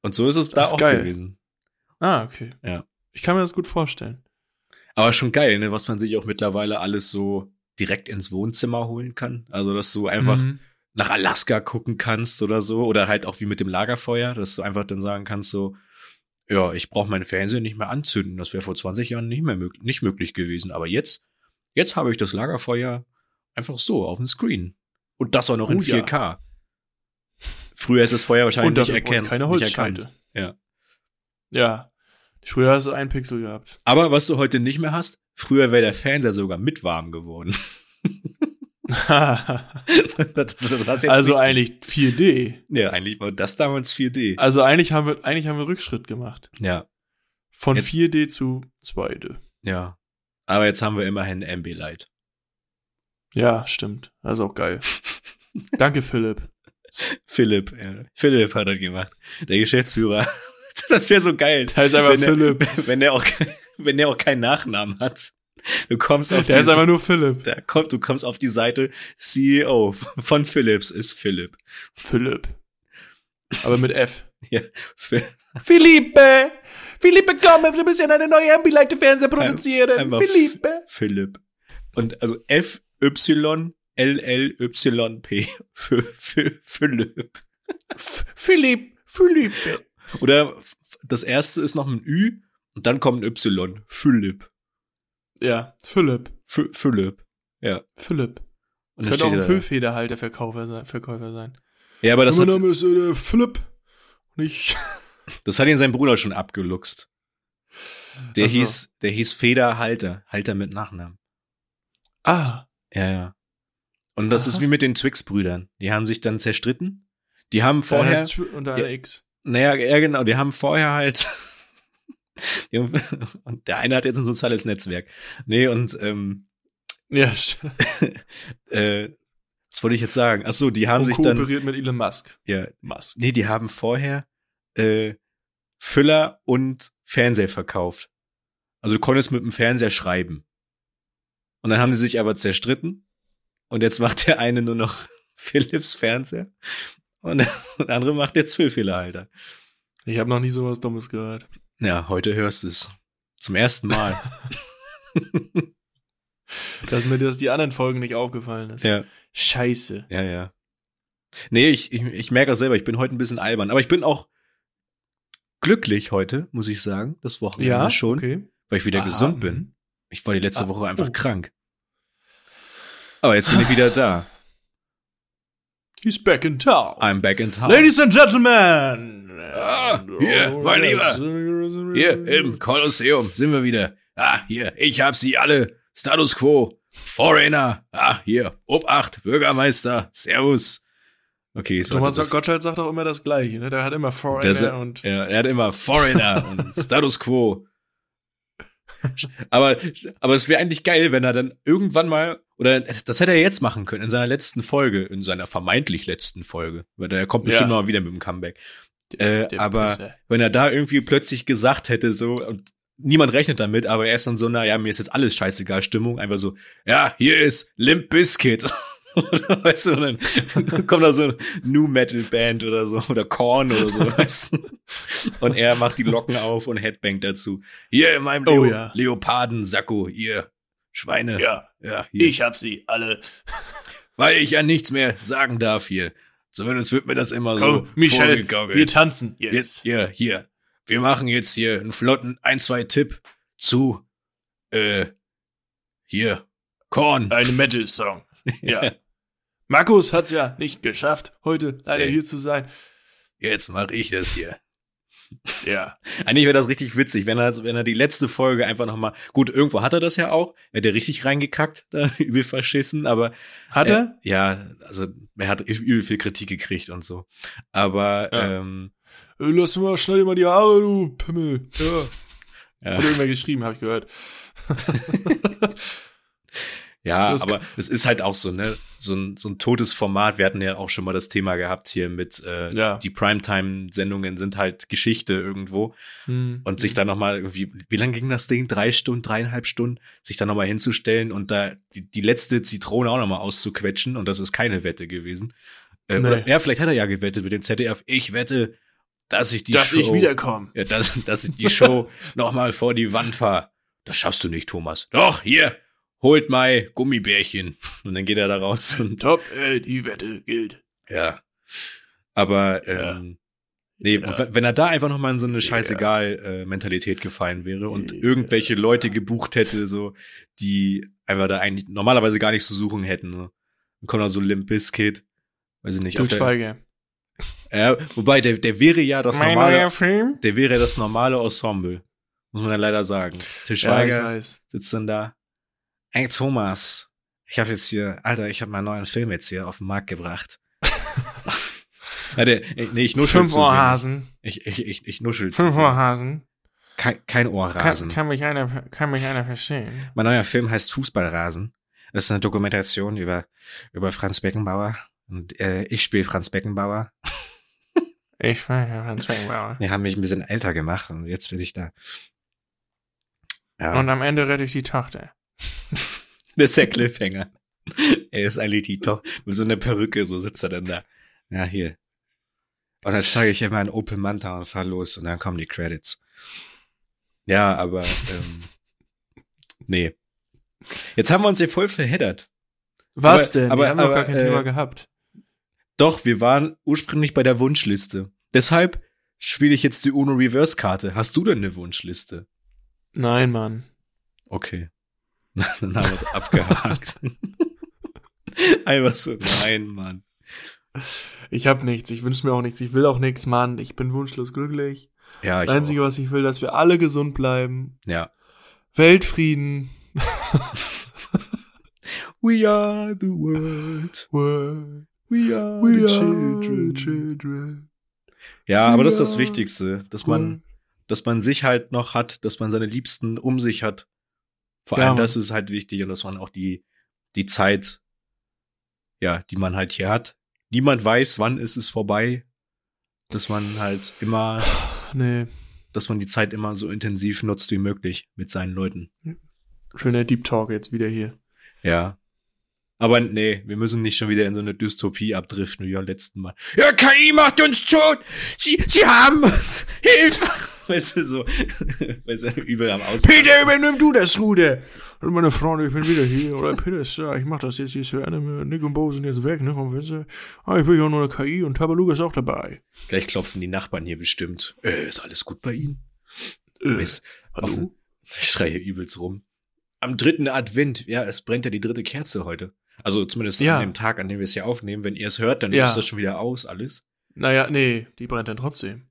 Speaker 7: und so ist es da
Speaker 8: Das ist
Speaker 7: auch
Speaker 8: geil.
Speaker 7: gewesen.
Speaker 8: Ah, okay.
Speaker 7: Ja.
Speaker 8: Ich kann mir das gut vorstellen.
Speaker 7: Aber schon geil, ne, was man sich auch mittlerweile alles so direkt ins Wohnzimmer holen kann. Also, dass du einfach
Speaker 8: Mhm.
Speaker 7: nach Alaska gucken kannst oder so. Oder halt auch wie mit dem Lagerfeuer, dass du einfach dann sagen kannst, so, ja, ich brauche meinen Fernseher nicht mehr anzünden. Das wäre vor 20 Jahren nicht mehr mög nicht möglich gewesen. Aber jetzt, jetzt habe ich das Lagerfeuer einfach so auf dem Screen. Und das auch noch in
Speaker 8: Oh ja.
Speaker 7: 4K. Früher ist das Feuer
Speaker 8: Und
Speaker 7: wahrscheinlich
Speaker 8: das
Speaker 7: nicht erkannt.
Speaker 8: keine
Speaker 7: nicht erkannt.
Speaker 8: Holzscheite.
Speaker 7: Ja.
Speaker 8: Ja. Früher hast du einen Pixel gehabt.
Speaker 7: Aber was du heute nicht mehr hast, früher wäre der Fernseher sogar mit warm geworden. das, das hast jetzt
Speaker 8: also
Speaker 7: nicht,
Speaker 8: eigentlich 4D.
Speaker 7: ja, eigentlich war das damals 4D.
Speaker 8: Also eigentlich haben wir, eigentlich haben wir Rückschritt gemacht.
Speaker 7: Ja,
Speaker 8: Von
Speaker 7: Jetzt-
Speaker 8: 4D zu 2D.
Speaker 7: ja. Aber jetzt haben wir immerhin Ambilight.
Speaker 8: Ja, stimmt. Das ist auch geil. Danke, Philipp.
Speaker 7: Philipp, ja. Philipp hat das gemacht. Der Geschäftsführer. Das wäre so geil.
Speaker 8: Der ist einfach
Speaker 7: wenn
Speaker 8: Philipp.
Speaker 7: Der, wenn der auch, wenn der auch keinen Nachnamen hat. Du kommst auf
Speaker 8: Der ist
Speaker 7: diese-
Speaker 8: einfach nur Philipp.
Speaker 7: da kommt, du kommst auf die Seite CEO von Philips ist Philipp.
Speaker 8: Philipp. Aber mit F.
Speaker 7: Phil-
Speaker 8: Philippe! Philippe, komm, wir müssen eine neue Ambilight-Fernseher
Speaker 7: produzieren. Einfach Philippe. Philipp. Und also F Y L L Y P für, für Philipp.
Speaker 8: Philipp, Philippe.
Speaker 7: Oder f- das erste ist noch ein Ü und dann kommt ein Y. Philipp.
Speaker 8: Ja, Philipp.
Speaker 7: F Philipp.
Speaker 8: Philipp.
Speaker 7: Und dann
Speaker 8: Könnte auch ein
Speaker 7: steht da-
Speaker 8: Füllfeder halt der Verkäufer sein. Verkäufer sein.
Speaker 7: Ja, aber das
Speaker 8: mein
Speaker 7: hat,
Speaker 8: Name ist äh, Philipp. Nicht.
Speaker 7: das hat ihn sein Bruder schon abgeluchst. Der
Speaker 8: Ach so.
Speaker 7: hieß, der hieß Feder Halter. Halter mit Nachnamen.
Speaker 8: Ah,
Speaker 7: Ja, ja. Und das
Speaker 8: Aha.
Speaker 7: ist wie mit den Twix-Brüdern. Die haben sich dann zerstritten. Die haben
Speaker 8: vorher.
Speaker 7: vorher,
Speaker 8: Heißt, Äh, Tw- und eine
Speaker 7: Ja.
Speaker 8: X.
Speaker 7: naja, ja genau, die haben vorher halt, die haben, und der eine hat jetzt ein soziales Netzwerk. Nee, und, ähm,
Speaker 8: Ja, st-
Speaker 7: äh, was wollte ich jetzt sagen? Ach so, die haben
Speaker 8: und
Speaker 7: sich dann,
Speaker 8: kooperiert mit Elon Musk.
Speaker 7: ja,
Speaker 8: Musk.
Speaker 7: nee, die haben vorher, äh, Füller und Fernseher verkauft. Also du konntest mit dem Fernseher schreiben. Und dann haben die sich aber zerstritten. Und jetzt macht der eine nur noch Philips Fernseher. Und der und der andere macht jetzt Füllfehlerhalter.
Speaker 8: Ich habe noch nie sowas Dummes gehört.
Speaker 7: Ja, heute hörst du es. Zum ersten Mal.
Speaker 8: Dass mir das die anderen Folgen nicht aufgefallen ist.
Speaker 7: ja,
Speaker 8: Scheiße.
Speaker 7: ja, ja. Nee, ich, ich, ich merke auch selber, ich bin heute ein bisschen albern. Aber ich bin auch glücklich heute, muss ich sagen. Das Wochenende
Speaker 8: Ja,
Speaker 7: schon,
Speaker 8: Okay.
Speaker 7: weil ich wieder
Speaker 8: Aha,
Speaker 7: gesund bin.
Speaker 8: mhm.
Speaker 7: Ich war die letzte
Speaker 8: Ah,
Speaker 7: Woche einfach
Speaker 8: oh.
Speaker 7: krank. Aber jetzt bin ich wieder da.
Speaker 8: He's back in town.
Speaker 7: I'm back in town.
Speaker 8: Ladies and Gentlemen!
Speaker 7: Ah, hier, mein
Speaker 8: Lieber!
Speaker 7: Hier im Kolosseum sind wir wieder. Ah, hier, ich hab sie alle. Status Quo, Foreigner. Ah, hier, Obacht, Bürgermeister. Servus. Okay, so
Speaker 8: Thomas
Speaker 7: das,
Speaker 8: Gottschalk sagt auch immer das Gleiche, ne? Der hat immer Foreigner
Speaker 7: Das-
Speaker 8: und.
Speaker 7: ja, er hat immer Foreigner und Status Quo. Aber, aber es wäre eigentlich geil, wenn er dann irgendwann mal, oder das hätte er jetzt machen können, in seiner letzten Folge, in seiner vermeintlich letzten Folge, weil der kommt bestimmt
Speaker 8: Ja.
Speaker 7: noch mal wieder mit dem Comeback. Äh,
Speaker 8: der
Speaker 7: aber
Speaker 8: Pisser.
Speaker 7: wenn er da irgendwie plötzlich gesagt hätte, so, und niemand rechnet damit, aber er ist dann so, na ja, mir ist jetzt alles scheißegal, Stimmung, einfach so, ja, hier ist Limp Bizkit. weißt du, und dann kommt da so eine New Metal Band oder so, oder Korn oder so, weißt du. Und er macht die Locken auf und Headbang dazu. Hier in meinem Leo
Speaker 8: Oh, ja.
Speaker 7: Leopardensacko, ihr Schweine.
Speaker 8: Ja,
Speaker 7: ja hier.
Speaker 8: ich hab sie alle.
Speaker 7: Weil ich ja nichts mehr sagen darf hier. Zumindest wird mir das immer
Speaker 8: Komm,
Speaker 7: so
Speaker 8: Michael,
Speaker 7: vorgegaukelt.
Speaker 8: wir tanzen jetzt.
Speaker 7: Jetzt, hier, hier. Wir machen jetzt hier einen flotten 1-2-Tipp zu, äh, hier, Korn.
Speaker 8: Ein Metal-Song. Ja. Markus hat's ja nicht geschafft, heute leider
Speaker 7: Nee.
Speaker 8: hier zu sein.
Speaker 7: Jetzt mache ich das hier.
Speaker 8: Ja.
Speaker 7: Eigentlich wäre das richtig witzig, wenn er, wenn er die letzte Folge einfach nochmal, gut, irgendwo hat er das ja auch, er hat ja richtig reingekackt, da, übel verschissen, aber.
Speaker 8: Hat er?
Speaker 7: Äh, ja, also, er hat übel viel Kritik gekriegt und so. Aber,
Speaker 8: Ja.
Speaker 7: ähm,
Speaker 8: Äh, Lass mal, schneid dir mal die Haare, du Pimmel. Ja.
Speaker 7: ja,
Speaker 8: Hat irgendwer geschrieben, habe ich gehört.
Speaker 7: ja
Speaker 8: das-
Speaker 7: aber es ist halt auch so, ne, so ein, so ein totes Format. Wir hatten ja auch schon mal das Thema gehabt hier mit, äh,
Speaker 8: Ja.
Speaker 7: die Primetime-Sendungen sind halt Geschichte irgendwo
Speaker 8: Hm.
Speaker 7: und sich da nochmal irgendwie, wie lange ging das Ding? Drei Stunden, dreieinhalb Stunden, sich da nochmal hinzustellen und da die, die letzte Zitrone auch nochmal auszuquetschen und das ist keine Wette gewesen. Äh,
Speaker 8: Nee.
Speaker 7: oder, ja, vielleicht hat er ja gewettet mit dem ZDF. Ich wette, dass ich die
Speaker 8: Dass
Speaker 7: Show,
Speaker 8: ich wiederkomme.
Speaker 7: ja, dass, dass ich die Show nochmal vor die Wand fahre. Das schaffst du nicht, Thomas. Doch, hier, holt mal Gummibärchen. Und dann geht er da raus und
Speaker 8: Top, äh, die Wette gilt.
Speaker 7: ja. Aber
Speaker 8: Ja.
Speaker 7: ähm, nee,
Speaker 8: Ja.
Speaker 7: und wenn- wenn er da einfach nochmal in so eine Scheißegal-Mentalität gefallen wäre und
Speaker 8: Ja.
Speaker 7: irgendwelche Leute gebucht hätte, so, die einfach da eigentlich normalerweise gar nichts zu suchen hätten. Ne? Dann kommt dann so Limp Bizkit. Weiß ich nicht. auf
Speaker 8: Bill
Speaker 7: der,
Speaker 8: Schweiger.
Speaker 7: ja, wobei, der, der wäre ja das
Speaker 8: Mein
Speaker 7: normale,
Speaker 8: neuer Film?
Speaker 7: der wäre das normale Ensemble. Muss man ja leider sagen. Til
Speaker 8: Ja, ich
Speaker 7: Schweiger
Speaker 8: weiß.
Speaker 7: sitzt dann da. Ey, Thomas. Ich habe jetzt hier, Alter, ich habe meinen neuen Film jetzt hier auf den Markt gebracht. ja, der, nee, ich nuschel
Speaker 8: Fünf
Speaker 7: zu wenig.
Speaker 8: Ohrhasen.
Speaker 7: Ich, ich, ich, ich nuschel zu
Speaker 8: Fünf
Speaker 7: wenig.
Speaker 8: Ohrhasen.
Speaker 7: Kein, kein
Speaker 8: Kann,
Speaker 7: Ohrrasen.
Speaker 8: kann, mich einer, kann mich einer verstehen.
Speaker 7: Mein neuer Film heißt Fußballrasen. Das ist eine Dokumentation über, über Franz Beckenbauer. Und äh, ich spiele Franz Beckenbauer.
Speaker 8: Ich war ja Hans Beckenbauer.
Speaker 7: Die haben mich ein bisschen älter gemacht und jetzt bin ich da. Ja,
Speaker 8: Und am Ende rette ich die Tochter.
Speaker 7: das ist der Cliffhanger. er ist eigentlich die Top. Mit so einer Perücke, so sitzt er dann da. Ja, hier. Und dann steige ich immer in Opel Manta und fahr los und dann kommen die Credits. Ja, aber ähm, nee. Jetzt haben wir uns hier voll verheddert.
Speaker 8: Was
Speaker 7: Aber-
Speaker 8: denn?
Speaker 7: aber-
Speaker 8: Wir haben doch
Speaker 7: aber,
Speaker 8: gar kein
Speaker 7: äh,
Speaker 8: Thema gehabt.
Speaker 7: Doch, wir waren ursprünglich bei der Wunschliste. Deshalb spiele ich jetzt die Uno Reverse Karte. Hast du denn eine Wunschliste?
Speaker 8: Nein, Mann.
Speaker 7: Okay. Na, Dann haben wir es abgehakt. Einfach so, nein, Mann.
Speaker 8: Ich hab nichts. Ich wünsche mir auch nichts. Ich will auch nichts, Mann. Ich bin wunschlos glücklich.
Speaker 7: Ja, ich
Speaker 8: das Einzige,
Speaker 7: auch.
Speaker 8: was ich will, dass wir alle gesund bleiben.
Speaker 7: Ja.
Speaker 8: Weltfrieden.
Speaker 7: We are the world.
Speaker 8: World.
Speaker 7: We are,
Speaker 8: We
Speaker 7: the,
Speaker 8: are
Speaker 7: children.
Speaker 8: the children.
Speaker 7: Ja, aber das ist das
Speaker 8: are
Speaker 7: Wichtigste, dass man, dass man sich halt noch hat, dass man seine Liebsten um sich hat. Vor
Speaker 8: Ja,
Speaker 7: allem
Speaker 8: Mann.
Speaker 7: das ist halt wichtig und dass man auch die, die Zeit, ja, die man halt hier hat. Niemand weiß, wann ist es vorbei. Dass man halt immer,
Speaker 8: Nee.
Speaker 7: dass man die Zeit immer so intensiv nutzt wie möglich mit seinen Leuten.
Speaker 8: Schöner Deep Talk jetzt wieder hier.
Speaker 7: Ja. Aber nee, wir müssen nicht schon wieder in so eine Dystopie abdriften wie beim letzten Mal. Ja, KI macht uns tot! Sie, sie haben uns! Hilfe! Weißt du, so, weißt du, übel am Aus.
Speaker 8: Peter, übernimm du das Ruder. Und Also, meine Freunde, ich bin wieder hier. Oder Peter ist da. Ich mach das jetzt hier zu Ende. Nick und Bo sind jetzt weg, ne, vom Fenster. Ah, ich bin ja auch nur eine KI und Tabaluga ist auch dabei.
Speaker 7: Gleich klopfen die Nachbarn hier bestimmt. Äh, ist alles gut bei Ihnen?
Speaker 8: Äh,
Speaker 7: Weißt,
Speaker 8: hallo?
Speaker 7: offen- ich schreie übelst rum. Am dritten Advent, ja, es brennt ja die dritte Kerze heute. Also zumindest
Speaker 8: Ja.
Speaker 7: an dem Tag, an dem wir es hier aufnehmen. Wenn ihr es hört, dann
Speaker 8: Ja.
Speaker 7: ist das schon wieder aus, alles.
Speaker 8: Naja, nee, die brennt dann trotzdem.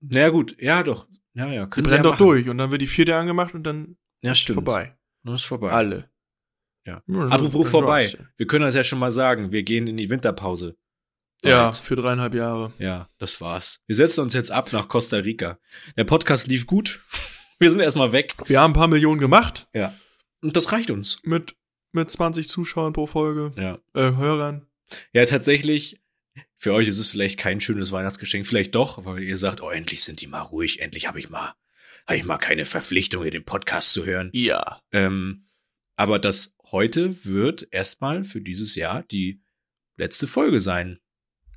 Speaker 7: Naja, gut, ja, doch. Ja, ja,
Speaker 8: Die
Speaker 7: können Sie ja
Speaker 8: brennt doch
Speaker 7: machen.
Speaker 8: durch. Und dann wird die vierte angemacht und dann
Speaker 7: Ja,
Speaker 8: ist
Speaker 7: stimmt.
Speaker 8: vorbei. Ah,
Speaker 7: Nur ist vorbei.
Speaker 8: Alle.
Speaker 7: Ja.
Speaker 8: so-
Speaker 7: Apropos
Speaker 8: so-
Speaker 7: vorbei, wir können das ja schon mal sagen. Wir gehen in die Winterpause.
Speaker 8: Ja,
Speaker 7: Alright.
Speaker 8: für dreieinhalb Jahre.
Speaker 7: Ja, das war's. Wir setzen uns jetzt ab nach Costa Rica. Der Podcast lief gut. Wir sind erstmal weg.
Speaker 8: Wir haben ein paar Millionen gemacht
Speaker 7: Und das reicht uns.
Speaker 8: mit, mit 20 Zuschauern pro Folge,
Speaker 7: Ja.
Speaker 8: äh, Hörern.
Speaker 7: Ja, tatsächlich. Für euch ist es vielleicht kein schönes Weihnachtsgeschenk. Vielleicht doch, weil ihr sagt, oh, endlich sind die mal ruhig. Endlich habe ich mal, habe ich mal keine Verpflichtung, hier den Podcast zu hören.
Speaker 8: Ja.
Speaker 7: Ähm, aber das heute wird erstmal für dieses Jahr die letzte Folge sein.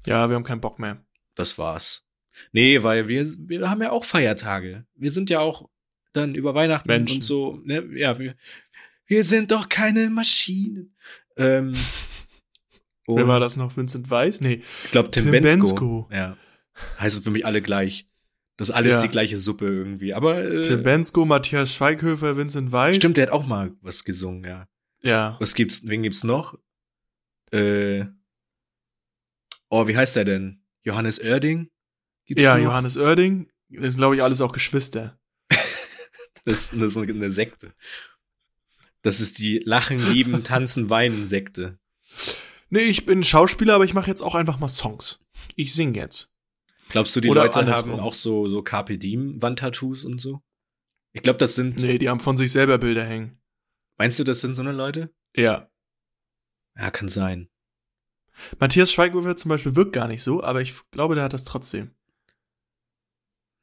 Speaker 8: Ja, wir haben keinen Bock mehr.
Speaker 7: das war's. Nee, weil wir, wir haben ja auch Feiertage. Wir sind ja auch dann über Weihnachten
Speaker 8: Menschen.
Speaker 7: und so. Ne? Ja, wir, wir sind doch keine Maschinen. Ähm,
Speaker 8: Wer
Speaker 7: und
Speaker 8: war das noch? Vincent Weiss? Nee.
Speaker 7: Ich glaube, Tim,
Speaker 8: Tim
Speaker 7: Bensko.
Speaker 8: Bensko.
Speaker 7: Ja. Heißen für mich alle gleich. Das ist alles
Speaker 8: Ja.
Speaker 7: die gleiche Suppe irgendwie. Aber äh,
Speaker 8: Tim Bensko, Matthias Schweighöfer, Vincent Weiss.
Speaker 7: stimmt, der hat auch mal was gesungen, ja.
Speaker 8: Ja.
Speaker 7: Was gibt's, wen gibt's noch? Äh, oh, wie heißt der denn? Johannes Oerding? Gibt's
Speaker 8: Ja,
Speaker 7: noch?
Speaker 8: Johannes Oerding. Das sind, glaube ich, alles auch Geschwister.
Speaker 7: Das, das ist eine, eine Sekte. Das ist die Lachen, Lieben, Tanzen, Weinen Sekte.
Speaker 8: Nee, ich bin Schauspieler, aber ich mache jetzt auch einfach mal Songs. Ich sing jetzt.
Speaker 7: Glaubst du, die
Speaker 8: Oder
Speaker 7: Leute
Speaker 8: andersrum.
Speaker 7: haben auch so, so Carpe Diem Wandtattoos und so? Ich glaube, das sind,
Speaker 8: Nee, die haben von sich selber Bilder hängen.
Speaker 7: meinst du, das sind so eine Leute?
Speaker 8: Ja.
Speaker 7: Ja, kann sein.
Speaker 8: Matthias Schweighöfer zum Beispiel wirkt gar nicht so, aber ich glaube, der hat das trotzdem.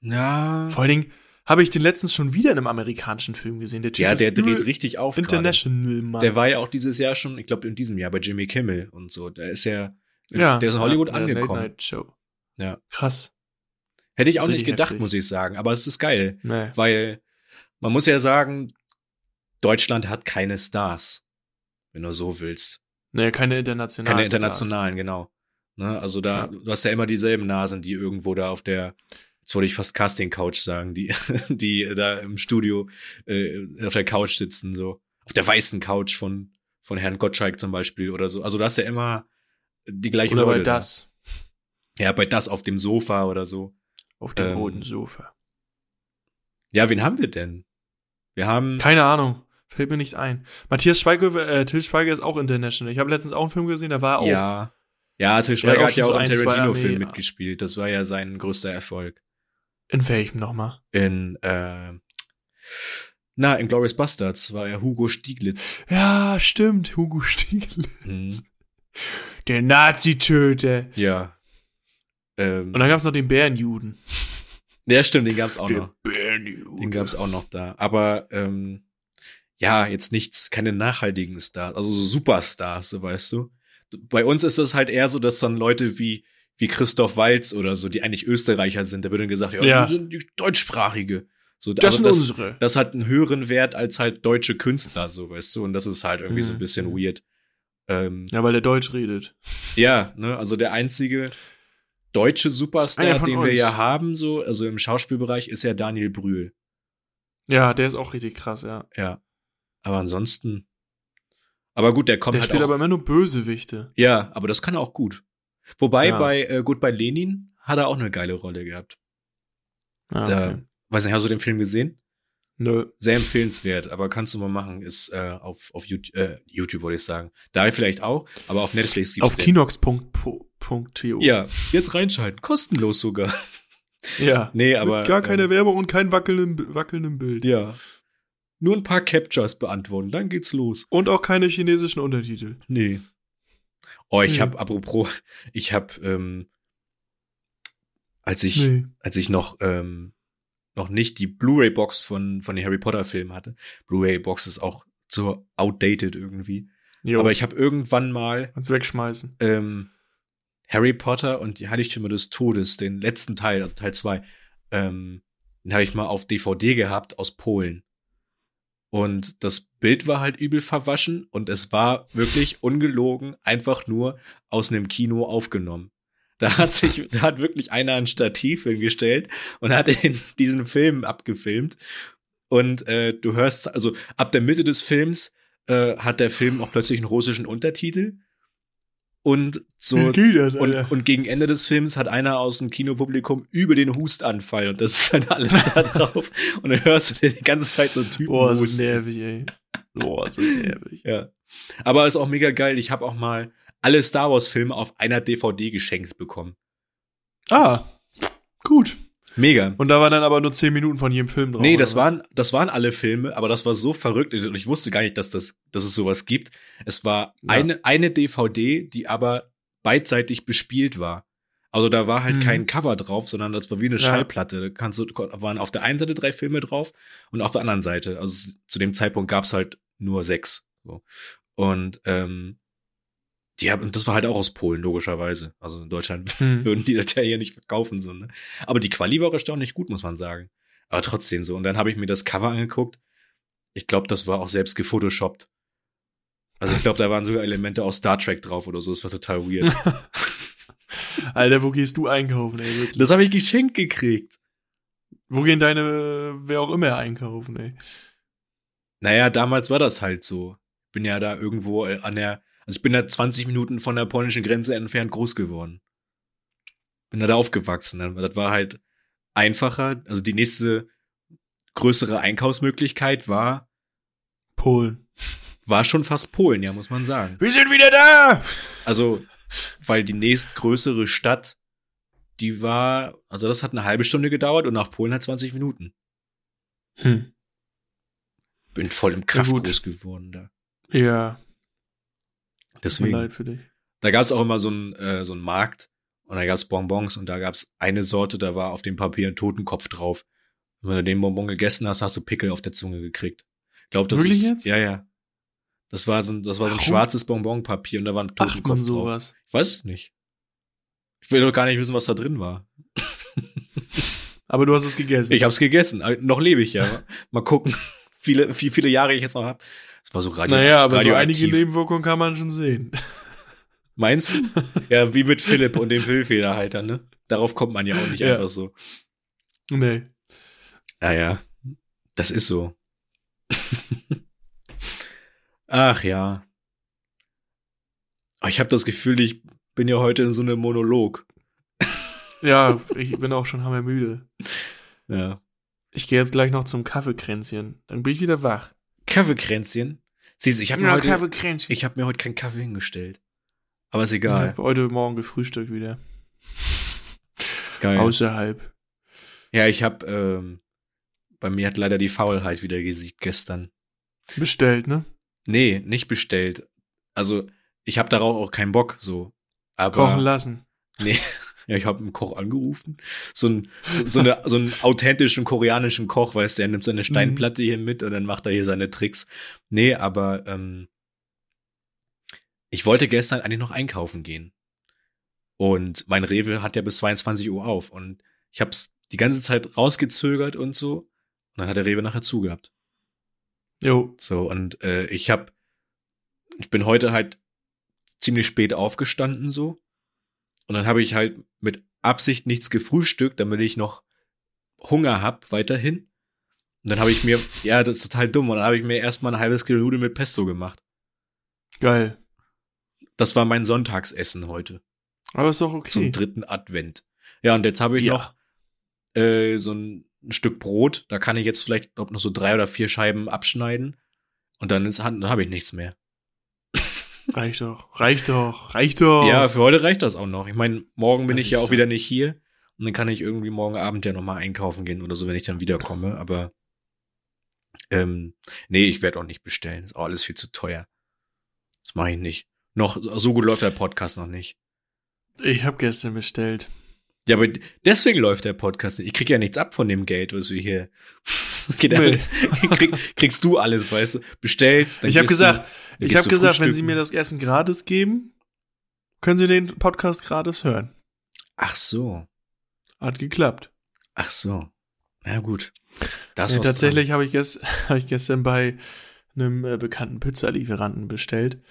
Speaker 7: Ja.
Speaker 8: Vor allen Dingen habe ich den letztens schon wieder in einem amerikanischen Film gesehen. Der typ
Speaker 7: Ja,
Speaker 8: ist
Speaker 7: der dreht
Speaker 8: übel
Speaker 7: richtig auf. Gerade.
Speaker 8: International, Mann.
Speaker 7: Der war ja auch dieses Jahr schon, ich glaube, in diesem Jahr bei Jimmy Kimmel und so. Der ist ja,
Speaker 8: ja,
Speaker 7: der ist in Hollywood
Speaker 8: ja,
Speaker 7: angekommen.
Speaker 8: Late Night Show.
Speaker 7: Ja.
Speaker 8: Krass.
Speaker 7: Hätte ich auch
Speaker 8: Das ist
Speaker 7: nicht
Speaker 8: richtig
Speaker 7: gedacht,
Speaker 8: heftig.
Speaker 7: muss ich sagen, aber es ist geil.
Speaker 8: Nee.
Speaker 7: Weil man muss ja sagen, Deutschland hat keine Stars, wenn du so willst.
Speaker 8: nee, keine internationalen.
Speaker 7: Keine
Speaker 8: Stars.
Speaker 7: internationalen, genau. Ne, also da,
Speaker 8: Ja.
Speaker 7: du hast ja immer dieselben Nasen, die irgendwo da auf der, jetzt wollte ich fast Casting Couch sagen, die, die da im Studio äh, auf der Couch sitzen, so. Auf der weißen Couch von, von Herrn Gottschalk zum Beispiel oder so. Also da ist ja immer die gleichen
Speaker 8: Oder bei
Speaker 7: Leute da.
Speaker 8: das.
Speaker 7: Ja, bei das auf dem Sofa oder so.
Speaker 8: Auf dem
Speaker 7: Ähm.
Speaker 8: Bodensofa.
Speaker 7: Ja, wen haben wir denn? Wir haben
Speaker 8: Keine Ahnung. Fällt mir nicht ein. Matthias Schweighöfer, äh, Till Schweiger ist auch international. Ich habe letztens auch einen Film gesehen, da war er auch.
Speaker 7: ja, ja, Till
Speaker 8: auch
Speaker 7: Schweiger hat ja auch
Speaker 8: schon so
Speaker 7: im
Speaker 8: ein, zwei
Speaker 7: Tarantino-Film
Speaker 8: Armee-
Speaker 7: mitgespielt. Das war ja sein größter Erfolg
Speaker 8: In welchem nochmal?
Speaker 7: in äh, na in Glorious Bastards war er Hugo Stieglitz.
Speaker 8: Ja, stimmt. Hugo Stiegel.
Speaker 7: Hm,
Speaker 8: Der Nazi-Töter.
Speaker 7: ja. Ähm,
Speaker 8: Und dann gab's noch den Bärenjuden.
Speaker 7: ja, stimmt, den gab's auch noch.
Speaker 8: Den Bärenjuden.
Speaker 7: Den gab's auch noch da. Aber ähm, ja, jetzt nichts, keine nachhaltigen Stars, also so Superstars, so weißt du. Bei uns ist das halt eher so, dass dann Leute wie wie Christoph Walz oder so, die eigentlich Österreicher sind, da wird dann gesagt, ja,
Speaker 8: Ja.
Speaker 7: die sind die deutschsprachige. So,
Speaker 8: Das
Speaker 7: also
Speaker 8: sind
Speaker 7: das,
Speaker 8: unsere.
Speaker 7: das hat einen höheren Wert als halt deutsche Künstler, so weißt du. Und das ist halt irgendwie so ein
Speaker 8: Mhm.
Speaker 7: bisschen weird. Ähm,
Speaker 8: Ja, weil der Deutsch redet.
Speaker 7: ja, ne, also der einzige deutsche
Speaker 8: Einer
Speaker 7: Superstar,
Speaker 8: von
Speaker 7: den wir
Speaker 8: uns.
Speaker 7: ja haben, so, also im Schauspielbereich, ist ja Daniel Brühl.
Speaker 8: Ja, der ist auch richtig krass, ja.
Speaker 7: Ja. Aber ansonsten. Aber gut, der kommt
Speaker 8: Der
Speaker 7: halt
Speaker 8: spielt
Speaker 7: auch.
Speaker 8: aber immer nur Bösewichte.
Speaker 7: ja, aber das kann er auch gut. Wobei
Speaker 8: Ja.
Speaker 7: bei äh, gut bei Lenin hat er auch eine geile Rolle gehabt.
Speaker 8: Ah,
Speaker 7: Da-
Speaker 8: okay.
Speaker 7: Weiß nicht, hast du den Film gesehen?
Speaker 8: Nö.
Speaker 7: Sehr empfehlenswert, aber kannst du mal machen. Ist äh, auf, auf YouTube, äh, YouTube wollte ich sagen. Da vielleicht auch, aber auf Netflix gibt's
Speaker 8: Auf
Speaker 7: den.
Speaker 8: kinox.to.
Speaker 7: Ja, jetzt reinschalten, kostenlos sogar.
Speaker 8: Ja.
Speaker 7: Nee, aber
Speaker 8: Mit gar keine
Speaker 7: ähm,
Speaker 8: Werbung und kein wackelndem, wackelndem Bild.
Speaker 7: ja. Nur ein paar Captures beantworten, dann geht's los.
Speaker 8: Und auch keine chinesischen Untertitel.
Speaker 7: Nee. Oh, ich
Speaker 8: Nee.
Speaker 7: hab, apropos, ich hab, ähm, als ich,
Speaker 8: Nee.
Speaker 7: als ich noch, ähm, noch nicht die Blu-ray-Box von, von den Harry Potter-Filmen hatte. Blu-ray-Box ist auch so outdated irgendwie.
Speaker 8: Jo.
Speaker 7: Aber ich habe irgendwann mal
Speaker 8: Kannst wegschmeißen.
Speaker 7: ähm, Harry Potter und die Heiligtümer des Todes, den letzten Teil, also Teil 2, ähm, den habe ich mal auf DVD gehabt aus Polen. Und das Bild war halt übel verwaschen und es war wirklich ungelogen einfach nur aus einem Kino aufgenommen. Da hat sich, da hat wirklich einer ein Stativ hingestellt und hat in diesen Film abgefilmt. Und äh, du hörst, also ab der Mitte des Films äh, hat der Film auch plötzlich einen russischen Untertitel. Und so
Speaker 8: geht das,
Speaker 7: und, und gegen Ende des Films hat einer aus dem Kinopublikum über den Hustanfall und das ist dann alles da drauf. Und dann hörst du die ganze Zeit so einen Typen
Speaker 8: Boah, das ist ne-
Speaker 7: husten.
Speaker 8: nervig, ey. Boah, das ist nervig.
Speaker 7: Ja. Aber ist auch mega geil. Ich habe auch mal alle Star Wars Filme auf einer DVD geschenkt bekommen.
Speaker 8: Ah, gut.
Speaker 7: Mega.
Speaker 8: Und da waren dann aber nur 10 Minuten von jedem Film drauf.
Speaker 7: nee,
Speaker 8: oder
Speaker 7: das
Speaker 8: was?
Speaker 7: waren, das waren alle Filme, aber das war so verrückt und ich wusste gar nicht, dass, das, dass es sowas gibt. Es war
Speaker 8: Ja.
Speaker 7: eine, eine DVD, die aber beidseitig bespielt war. Also da war halt
Speaker 8: Mhm.
Speaker 7: kein Cover drauf, sondern das war wie eine
Speaker 8: Ja.
Speaker 7: Schallplatte. Da kannst du, waren auf der einen Seite drei Filme drauf und auf der anderen Seite. Also s- zu dem Zeitpunkt gab's halt nur sechs. So. Und ähm, die haben, und das war halt auch aus Polen, logischerweise. Also in Deutschland
Speaker 8: Hm.
Speaker 7: würden die das ja hier nicht verkaufen, so, ne? Aber die Quali war auch erstaunlich gut, muss man sagen. Aber trotzdem so. Und dann habe ich mir das Cover angeguckt. Ich glaube, das war auch selbst gefotoshoppt. Also ich glaube, da waren sogar Elemente aus Star Trek drauf oder so. Das war total weird.
Speaker 8: Alter, wo gehst du einkaufen, ey? Wirklich?
Speaker 7: das habe ich geschenkt gekriegt.
Speaker 8: Wo gehen deine, wer auch immer, einkaufen, ey?
Speaker 7: Naja, damals war das halt so. Bin ja da irgendwo äh, an der, also ich bin da 20 Minuten von der polnischen Grenze entfernt groß geworden. Bin da, da aufgewachsen. Dann- Das war halt einfacher. Also die nächste größere Einkaufsmöglichkeit war
Speaker 8: Polen.
Speaker 7: war schon fast Polen, ja, muss man sagen.
Speaker 8: Wir sind wieder da!
Speaker 7: Also, weil die nächstgrößere Stadt, die war, also das hat eine halbe Stunde gedauert und nach Polen hat 20 Minuten.
Speaker 8: Hm.
Speaker 7: Bin voll im Kaff
Speaker 8: gut.
Speaker 7: groß geworden da.
Speaker 8: Ja, tut mir
Speaker 7: Deswegen.
Speaker 8: leid für dich.
Speaker 7: Da gab's auch immer so einen, äh, so einen Markt und da gab's Bonbons und da gab's eine Sorte, da war auf dem Papier ein Totenkopf drauf. Und wenn du den Bonbon gegessen hast, hast du Pickel auf der Zunge gekriegt. Ich glaub, das
Speaker 8: Wirklich
Speaker 7: ist,
Speaker 8: jetzt?
Speaker 7: Ja, ja. Das war so ein, das war so ein
Speaker 8: Warum?
Speaker 7: schwarzes Bonbonpapier und da war ein
Speaker 8: Ach, man
Speaker 7: Totenkopf drauf.
Speaker 8: sowas.
Speaker 7: Ich weiß es nicht. Ich will doch gar nicht wissen, was da drin war.
Speaker 8: Aber du hast es gegessen.
Speaker 7: Ich hab's gegessen. Äh, Noch lebe ich ja. Mal gucken, viele, wie viele Jahre ich jetzt noch hab. Das war so radio
Speaker 8: naja, aber so
Speaker 7: radioaktiv.
Speaker 8: einige Nebenwirkungen kann man schon sehen.
Speaker 7: Meinst du? Ja, wie mit Philipp und dem Füllfederhalter, ne? Darauf kommt man ja auch nicht
Speaker 8: Ja.
Speaker 7: einfach so. Ah,
Speaker 8: nee.
Speaker 7: Naja, das ist so. Ach ja. Aber ich habe das Gefühl, ich bin ja heute in so einem Monolog.
Speaker 8: Ja, ich bin auch schon hammermüde.
Speaker 7: Ja.
Speaker 8: Ich gehe jetzt gleich noch zum Kaffeekränzchen. Dann bin ich wieder wach.
Speaker 7: Kaffeekränzchen. Siehst du, ich habe mir,
Speaker 8: Ja,
Speaker 7: heute-
Speaker 8: Kaffeekränzchen.
Speaker 7: ich hab mir heute keinen Kaffee hingestellt. Aber ist
Speaker 8: Ich
Speaker 7: egal.
Speaker 8: habe heute Morgen gefrühstückt wieder.
Speaker 7: Geil.
Speaker 8: Außerhalb.
Speaker 7: Ja, ich habe, ähm, bei mir hat leider die Faulheit wieder gesiegt gestern.
Speaker 8: Bestellt, ne?
Speaker 7: Nee, nicht bestellt. Also, ich habe darauf auch keinen Bock, so. Aber,
Speaker 8: Kochen lassen.
Speaker 7: Nee. Ja, ich habe einen Koch angerufen. So, ein, so, so, eine, so einen authentischen koreanischen Koch, weißt du, er nimmt seine Steinplatte hier mit und dann macht er hier seine Tricks. Nee, aber ähm, ich wollte gestern eigentlich noch einkaufen gehen. Und mein Rewe hat ja bis 22 Uhr auf. Und ich habe es die ganze Zeit rausgezögert und so. Und dann hat der Rewe nachher zugehabt.
Speaker 8: Jo.
Speaker 7: So, und äh, ich hab, ich bin heute halt ziemlich spät aufgestanden so. Und dann habe ich halt mit Absicht nichts gefrühstückt, damit ich noch Hunger hab weiterhin. Und dann habe ich mir, ja, das ist total dumm, und dann habe ich mir erstmal ein halbes Kilo Nudeln mit Pesto gemacht.
Speaker 8: Geil.
Speaker 7: Das war mein Sonntagsessen heute,
Speaker 8: Aber ist doch okay.
Speaker 7: zum dritten Advent. Ja, und jetzt habe ich
Speaker 8: Ja.
Speaker 7: noch äh, so ein, ein Stück Brot, da kann ich jetzt vielleicht glaub, noch so drei oder vier Scheiben abschneiden. Und dann, ist- dann habe ich nichts mehr.
Speaker 8: Reicht doch. Reicht doch. Reicht doch.
Speaker 7: Ja, für heute reicht das auch noch. Ich meine, morgen bin
Speaker 8: Das
Speaker 7: ich ja
Speaker 8: ist
Speaker 7: auch
Speaker 8: so.
Speaker 7: wieder nicht hier. Und dann kann ich irgendwie morgen Abend ja nochmal einkaufen gehen oder so, wenn ich dann wiederkomme. Aber ähm, nee, ich werde auch nicht bestellen. Ist auch alles viel zu teuer. Das mache ich nicht. Noch, so gut läuft der Podcast noch nicht.
Speaker 8: Ich habe gestern bestellt.
Speaker 7: Ja, aber deswegen läuft der Podcast nicht. Ich krieg ja nichts ab von dem Geld, was wir hier. Das Geht ja-
Speaker 8: Nee.
Speaker 7: krieg, kriegst du alles, weißt du? Bestellst. Dann
Speaker 8: ich habe
Speaker 7: gehst
Speaker 8: gesagt,
Speaker 7: du, dann
Speaker 8: ich
Speaker 7: gehst
Speaker 8: habe
Speaker 7: du
Speaker 8: gesagt, wenn Sie
Speaker 7: frühstücken.
Speaker 8: mir das Essen gratis geben, können Sie den Podcast gratis hören.
Speaker 7: Ach so,
Speaker 8: Hat geklappt.
Speaker 7: ach so. Na gut. Das
Speaker 8: Ja,
Speaker 7: war's dran.
Speaker 8: tatsächlich habe ich, gest hab ich gestern bei einem äh, bekannten Pizzalieferanten bestellt.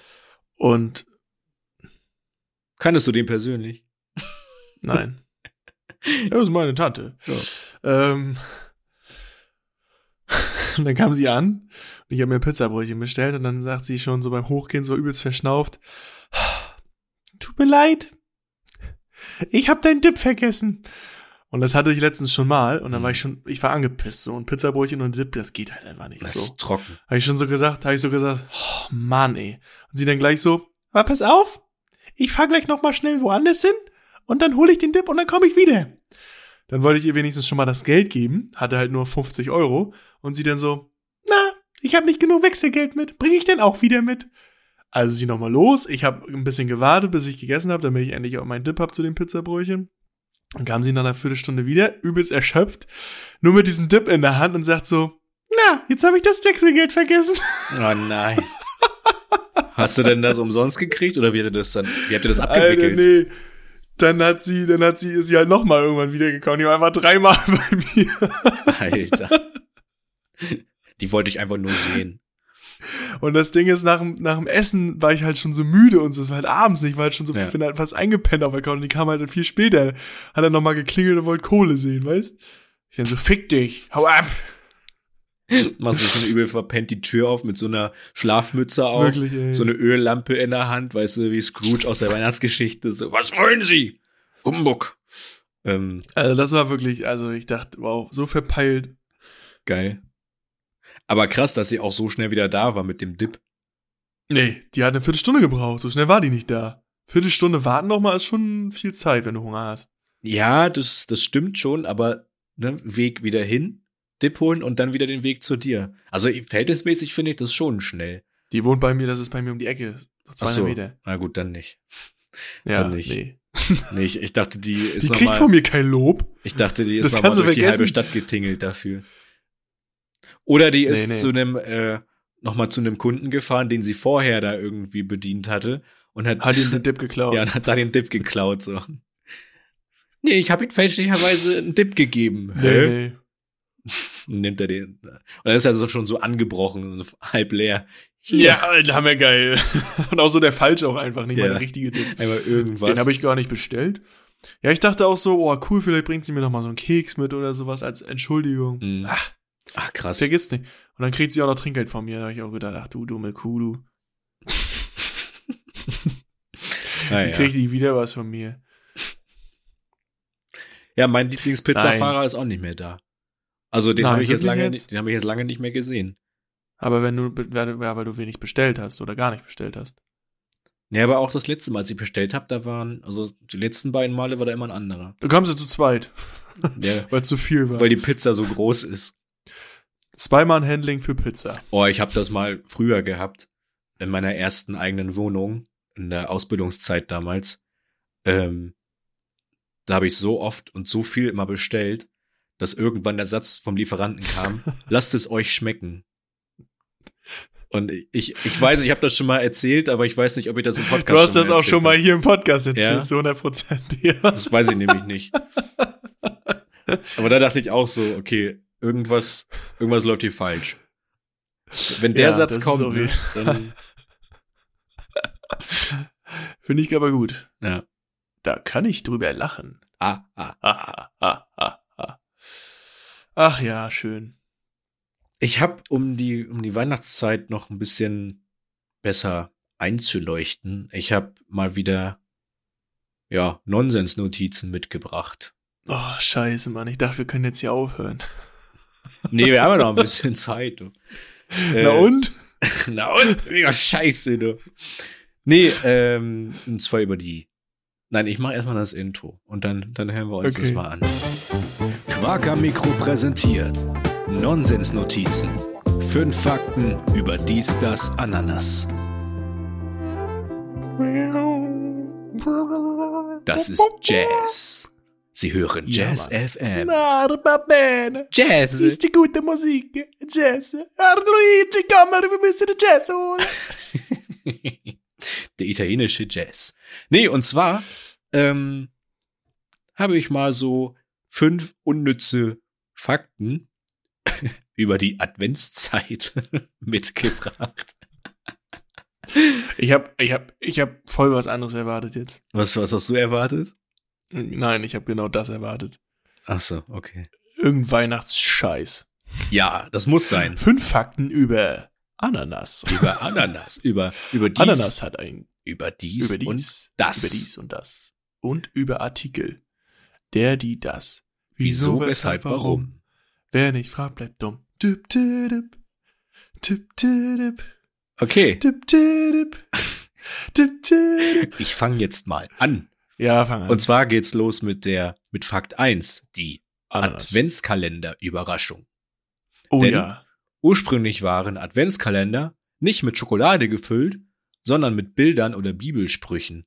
Speaker 8: Und
Speaker 7: Kanntest du den persönlich?
Speaker 8: nein. das ist meine Tante. Ähm, und dann kam sie an und ich habe mir Pizzabrötchen bestellt und dann sagt sie schon so beim Hochgehen so übelst verschnauft, "Ah, tut mir leid, ich habe deinen Dip vergessen. Und das hatte ich letztens schon mal und dann war ich schon, ich war angepisst so und Pizzabrötchen und Dip, das geht halt einfach nicht
Speaker 7: Das
Speaker 8: so.
Speaker 7: ist trocken.
Speaker 8: Habe ich schon so gesagt, habe ich so gesagt, oh Mann, ey. Und sie dann gleich so, aber pass auf, ich fahr gleich nochmal schnell woanders hin und dann hole ich den Dip und dann komme ich wieder. Dann wollte ich ihr wenigstens schon mal das Geld geben, hatte halt nur 50 Euro und sie dann so, na, ich habe nicht genug Wechselgeld mit, bringe ich denn auch wieder mit? Also sie nochmal los, ich habe ein bisschen gewartet, bis ich gegessen habe, damit ich endlich auch meinen Dip hab zu den Pizzabrötchen. Dann kam sie nach einer Viertelstunde wieder, übelst erschöpft, nur mit diesem Dip in der Hand und sagt so, na, jetzt habe ich das Wechselgeld vergessen.
Speaker 7: Oh nein. Hast du denn das umsonst gekriegt oder wie habt ihr das dann, wie habt ihr das abgewickelt?
Speaker 8: Alter, nee. Dann hat sie, dann hat sie, ist sie halt nochmal irgendwann wiedergekommen. Die war einfach dreimal bei mir.
Speaker 7: Alter. Die wollte ich einfach nur sehen.
Speaker 8: Und das Ding ist, nach, dem- nach dem Essen war ich halt schon so müde und so. es war halt abends. Ich war halt schon so,
Speaker 7: Ja.
Speaker 8: ich bin halt fast eingepennt auf der Couch und die kam halt viel später. Hat dann nochmal geklingelt und wollte Kohle sehen, weißt? Ich dann so, fick dich, hau ab.
Speaker 7: Machst du schon übel verpennt die Tür auf mit so einer Schlafmütze auf,
Speaker 8: Wirklich, ey.
Speaker 7: so eine Öllampe in der Hand, weißt du, wie Scrooge aus der Weihnachtsgeschichte. So, was wollen Sie? Humbug. Ähm,
Speaker 8: Also das war wirklich, also ich dachte, wow, so verpeilt.
Speaker 7: geil. Aber krass, dass sie auch so schnell wieder da war mit dem Dip.
Speaker 8: Nee, die hat eine Viertelstunde gebraucht. So schnell war die nicht da. Viertelstunde warten nochmal ist schon viel Zeit, wenn du Hunger hast.
Speaker 7: Ja, das, das stimmt schon, aber ne, Weg wieder hin, Dip holen und dann wieder den Weg zu dir. Also ich- verhältnismäßig finde ich das schon schnell.
Speaker 8: Die wohnt bei mir, das ist bei mir um die Ecke. So 200
Speaker 7: so.
Speaker 8: Meter.
Speaker 7: Na gut, dann nicht.
Speaker 8: Ja,
Speaker 7: Dann nicht.
Speaker 8: nee.
Speaker 7: Nee, ich, ich dachte, die
Speaker 8: Die
Speaker 7: ist
Speaker 8: kriegt von
Speaker 7: nochmal.
Speaker 8: mir kein Lob.
Speaker 7: Ich dachte, die
Speaker 8: Das
Speaker 7: ist nochmal
Speaker 8: kannst du
Speaker 7: durch die halbe
Speaker 8: vergessen.
Speaker 7: Stadt getingelt dafür. Oder die ist
Speaker 8: Nee, nee.
Speaker 7: zu einem äh, nochmal zu einem Kunden gefahren, den sie vorher da irgendwie bedient hatte und hat,
Speaker 8: Hat ihm den Dip geklaut.
Speaker 7: ja, und hat da den Dip geklaut so. Nee, ich habe ihm fälschlicherweise einen Dip gegeben. Hä?
Speaker 8: nee, nee.
Speaker 7: Und nimmt er den. ne? Und dann ist er so schon so angebrochen und so halb leer.
Speaker 8: Ja, Alter, haben wir geil. Und auch so der falsche auch einfach, nicht mal
Speaker 7: Ja.
Speaker 8: der richtige Dip.
Speaker 7: Einmal irgendwas.
Speaker 8: Den habe ich gar nicht bestellt. Ja, ich dachte auch so, oh cool, vielleicht bringt sie mir noch mal so einen Keks mit oder sowas als Entschuldigung.
Speaker 7: Mhm. Ach,
Speaker 8: Ah.
Speaker 7: ach, krass.
Speaker 8: Vergiss nicht. Und dann kriegt sie auch noch Trinkgeld von mir. Da habe ich auch gedacht, ach du dumme Kuh, du. Wie
Speaker 7: Naja.
Speaker 8: kriegt die wieder was von mir?
Speaker 7: Ja, mein Lieblingspizzafahrer ist auch nicht mehr da. Also den
Speaker 8: Nein,
Speaker 7: habe ich jetzt
Speaker 8: wirklich
Speaker 7: lange,
Speaker 8: jetzt?
Speaker 7: nicht- den habe ich jetzt lange nicht mehr gesehen.
Speaker 8: Aber wenn du, weil weil du wenig bestellt hast oder gar nicht bestellt hast.
Speaker 7: Nee, aber auch das letzte Mal, als ich bestellt habe, da waren, also die letzten beiden Male war da immer ein anderer.
Speaker 8: Du kommst ja zu zweit,
Speaker 7: Der,
Speaker 8: weil es zu viel war.
Speaker 7: weil die Pizza so groß ist.
Speaker 8: Zweimal ein Handling für Pizza.
Speaker 7: Oh, ich habe das mal früher gehabt, in meiner ersten eigenen Wohnung, in der Ausbildungszeit damals. Ähm, da habe ich so oft und so viel immer bestellt, dass irgendwann der Satz vom Lieferanten kam, lasst es euch schmecken. Und ich, ich weiß, ich habe das schon mal erzählt, aber ich weiß nicht, ob ich das im Podcast
Speaker 8: Du hast das
Speaker 7: mal
Speaker 8: auch
Speaker 7: erzählt
Speaker 8: schon mal
Speaker 7: habe.
Speaker 8: hier im Podcast erzählt,
Speaker 7: Ja.
Speaker 8: zu 100 Prozent. Ja.
Speaker 7: Das weiß ich nämlich nicht. Aber da dachte ich auch so, okay, irgendwas, irgendwas läuft hier falsch. Wenn der
Speaker 8: Ja, das
Speaker 7: Satz
Speaker 8: ist
Speaker 7: kommt,
Speaker 8: so
Speaker 7: ne, dann
Speaker 8: Finde ich aber gut.
Speaker 7: Ja.
Speaker 8: Da kann ich drüber lachen.
Speaker 7: Ah, ah.
Speaker 8: Ah, ah, ah, ah. Ach ja, schön.
Speaker 7: Ich habe, um die, um die Weihnachtszeit noch ein bisschen besser einzuleuchten, ich habe mal wieder, ja, Nonsensnotizen mitgebracht.
Speaker 8: Oh, scheiße, Mann. Ich dachte, wir können jetzt hier aufhören.
Speaker 7: Nee, wir haben ja noch ein bisschen Zeit. du. Äh,
Speaker 8: Na und?
Speaker 7: Na und? Mega scheiße, du. Nee, ähm, und zwar über die. Nein, ich mache erstmal das Intro und dann, dann hören wir uns
Speaker 8: Okay.
Speaker 7: das mal an.
Speaker 5: Quaker Mikro präsentiert Nonsensnotizen. Fünf Fakten über dies, das, Ananas.
Speaker 7: Das ist Jazz. Sie hören Jazz
Speaker 8: ähm.
Speaker 7: FM.
Speaker 8: Narba bene.
Speaker 7: Jazz.
Speaker 8: Ist die gute Musik. Jazz. Luigi, komm mal, wir müssen den Jazz holen.
Speaker 7: Der italienische Jazz. Nee, und zwar ähm, habe ich mal so fünf unnütze Fakten über die Adventszeit mitgebracht.
Speaker 8: Ich hab, ich hab, ich hab voll was anderes erwartet jetzt.
Speaker 7: Was, was hast du erwartet?
Speaker 8: Nein, ich hab genau das erwartet.
Speaker 7: Ach so, okay.
Speaker 8: Irgendein Weihnachtsscheiß.
Speaker 7: Ja, das muss sein.
Speaker 8: Fünf Fakten über Ananas.
Speaker 7: Über Ananas, über, über dies,
Speaker 8: Ananas hat ein
Speaker 7: über dies,
Speaker 8: über dies
Speaker 7: und das.
Speaker 8: über dies und das und über Artikel. Der, die, das.
Speaker 7: Wieso, weshalb, warum?
Speaker 8: Wer nicht fragt, bleibt dumm. Düb, düdüb. Düb, düdüb.
Speaker 7: Okay,
Speaker 8: Düb, düdüb. Düb, düdüb.
Speaker 7: ich fange jetzt mal an.
Speaker 8: Ja, fang an.
Speaker 7: Und zwar geht's los mit der, mit Fakt 1, die
Speaker 8: Ananas.
Speaker 7: Adventskalender-Überraschung.
Speaker 8: oh
Speaker 7: denn-
Speaker 8: ja.
Speaker 7: Ursprünglich waren Adventskalender nicht mit Schokolade gefüllt, sondern mit Bildern oder Bibelsprüchen.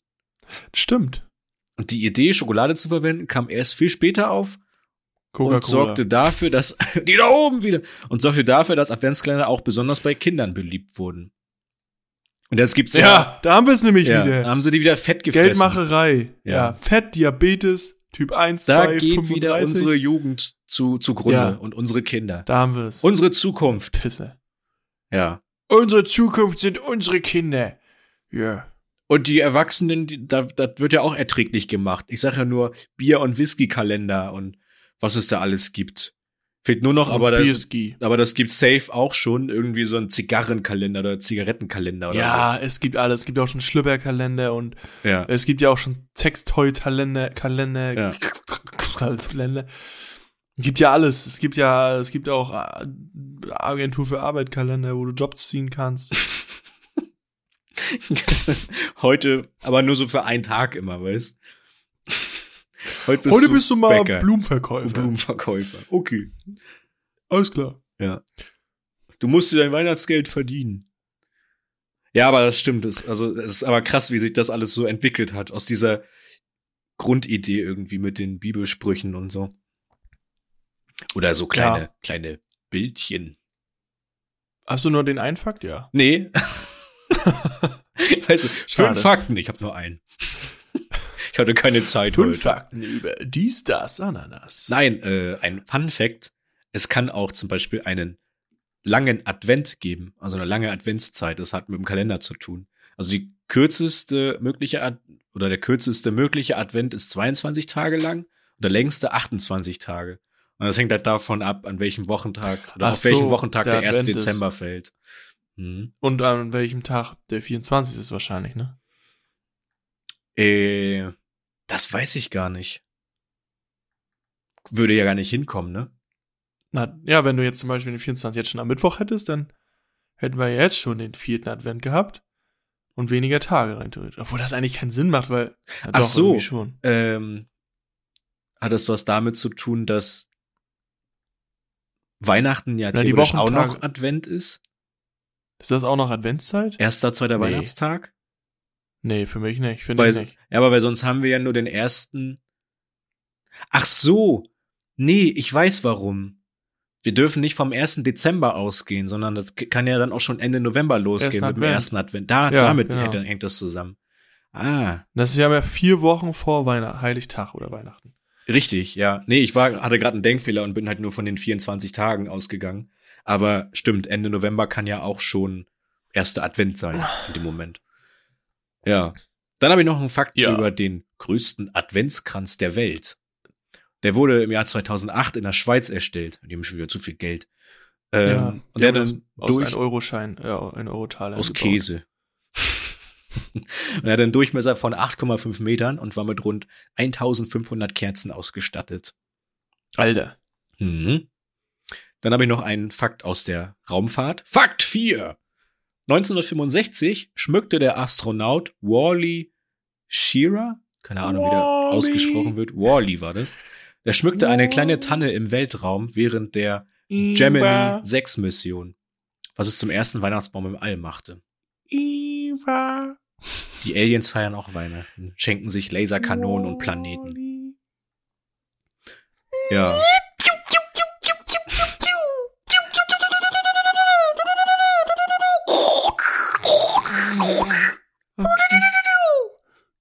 Speaker 8: Stimmt.
Speaker 7: Und die Idee, Schokolade zu verwenden, kam erst viel später auf und sorgte dafür, dass die da oben wieder und sorgte dafür, dass Adventskalender auch besonders bei Kindern beliebt wurden. Und jetzt gibt's
Speaker 8: Ja, da haben wir es nämlich
Speaker 7: ja,
Speaker 8: wieder.
Speaker 7: haben sie die wieder fett gefressen.
Speaker 8: Geldmacherei.
Speaker 7: Ja.
Speaker 8: Ja. Fett, Diabetes, Typ 1,
Speaker 7: Da
Speaker 8: 2,
Speaker 7: geht
Speaker 8: 35.
Speaker 7: wieder unsere Jugend zu zugrunde
Speaker 8: Ja.
Speaker 7: und unsere Kinder,
Speaker 8: da haben wir es.
Speaker 7: unsere Zukunft.
Speaker 8: Pisse.
Speaker 7: Ja.
Speaker 8: Unsere Zukunft sind unsere Kinder. Ja.
Speaker 7: Und die Erwachsenen, die, da, das wird ja auch erträglich gemacht. Ich sage ja nur Bier- und Whisky-Kalender und was es da alles gibt. Fehlt nur noch, aber das,
Speaker 8: Bierski.
Speaker 7: aber das gibt's safe auch schon. Irgendwie so ein Zigarrenkalender oder Zigarettenkalender oder
Speaker 8: Ja, es gibt alles. Es gibt auch schon Schlüpperkalender und
Speaker 7: so. Ja.
Speaker 8: es gibt ja auch schon Sextoy-Kalender, Kalender,
Speaker 7: Ja.
Speaker 8: Kalender. Es gibt ja alles. Es gibt ja, es gibt auch äh, Agentur für Arbeit Kalender, wo du Jobs ziehen kannst.
Speaker 7: Heute, aber nur so für einen Tag immer, weißt Heute bist
Speaker 8: Heute
Speaker 7: du,
Speaker 8: bist du mal
Speaker 7: Bäcker.
Speaker 8: Blumenverkäufer.
Speaker 7: Blumenverkäufer. Okay.
Speaker 8: Alles klar.
Speaker 7: Du musst dir dein Weihnachtsgeld verdienen. Ja, aber das stimmt. Es, also, es ist aber krass, wie sich das alles so entwickelt hat. Aus dieser Grundidee irgendwie mit den Bibelsprüchen und so. Oder so kleine, kleine Bildchen.
Speaker 8: Hast du nur den einen Fakt? Ja.
Speaker 7: Nee. weißt du,
Speaker 8: Schade.
Speaker 7: fünf Fakten. Ich habe nur einen. ich hatte keine Zeit
Speaker 8: Fünf
Speaker 7: heute.
Speaker 8: Fakten über dies, das, Ananas.
Speaker 7: Nein, äh, ein Fun Fact. Es kann auch zum Beispiel einen langen Advent geben, also eine lange Adventszeit. Das hat mit dem Kalender zu tun. Also die kürzeste mögliche Ad oder der kürzeste mögliche Advent ist 22 Tage lang und der längste 28 Tage. Und das hängt halt davon ab, an welchem Wochentag oder
Speaker 8: Ach
Speaker 7: auf welchen
Speaker 8: so,
Speaker 7: Wochentag der,
Speaker 8: der
Speaker 7: 1.
Speaker 8: Advent ist.
Speaker 7: Dezember fällt. Hm.
Speaker 8: Und an welchem Tag? Der 24. ist wahrscheinlich, ne?
Speaker 7: Äh, das weiß ich gar nicht. Würde ja gar nicht hinkommen, ne?
Speaker 8: Na, ja, wenn du jetzt zum Beispiel den 24 jetzt schon am Mittwoch hättest, dann hätten wir ja jetzt schon den vierten Advent gehabt und weniger Tage rein theoretisch. Obwohl das eigentlich keinen Sinn macht, weil ja,
Speaker 7: Ach so.
Speaker 8: irgendwie schon.
Speaker 7: Ähm, hat das was damit zu tun, dass Weihnachten ja
Speaker 8: Na, die
Speaker 7: theoretisch auch
Speaker 8: Wochentage-
Speaker 7: noch Advent ist?
Speaker 8: Ist das auch noch Adventszeit?
Speaker 7: Erster, zweiter
Speaker 8: Nee.
Speaker 7: Weihnachtstag?
Speaker 8: Nee, für mich nicht, finde
Speaker 7: Weil-
Speaker 8: ich nicht.
Speaker 7: Ja, aber weil sonst haben wir ja nur den ersten. Ach so. Nee, ich weiß warum. Wir dürfen nicht vom 1. Dezember ausgehen, sondern das k- kann ja dann auch schon Ende November losgehen
Speaker 8: Ersten
Speaker 7: mit dem
Speaker 8: Advent.
Speaker 7: ersten Advent. Da,
Speaker 8: Ja,
Speaker 7: damit
Speaker 8: genau.
Speaker 7: hängt- hängt das zusammen. Ah,
Speaker 8: Das ist ja mehr vier Wochen vor Weihnachten, Heiligtag oder Weihnachten.
Speaker 7: richtig, ja. Nee, ich war, hatte gerade einen Denkfehler und bin halt nur von den 24 Tagen ausgegangen. Aber stimmt, Ende November kann ja auch schon erster Advent sein in dem Moment. Ja. Dann habe ich noch einen Fakt
Speaker 8: Ja.
Speaker 7: über den größten Adventskranz der Welt. Der wurde im Jahr 2008 in der Schweiz erstellt. Die haben schon wieder zu viel Geld. Ähm,
Speaker 8: ja,
Speaker 7: und der
Speaker 8: die haben
Speaker 7: dann
Speaker 8: das aus
Speaker 7: durch-
Speaker 8: einem Euroschein, äh, ein Eurotal.
Speaker 7: aus
Speaker 8: eingebaut.
Speaker 7: Käse. und er hat einen Durchmesser von 8,5 Metern und war mit rund 1500 Kerzen ausgestattet.
Speaker 8: Alter.
Speaker 7: Mhm. Dann habe ich noch einen Fakt aus der Raumfahrt. Fakt 4. 1965 schmückte der Astronaut Wally Shearer, keine Ahnung, wie der
Speaker 8: Wally.
Speaker 7: ausgesprochen wird, Wally war das, der schmückte eine kleine Tanne im Weltraum während der Gemini 6 Mission, was es zum ersten Weihnachtsbaum im All machte.
Speaker 8: Eva.
Speaker 7: Die Aliens feiern auch Weihnachten, schenken sich Laserkanonen und Planeten.
Speaker 8: Planeten.
Speaker 7: Ja.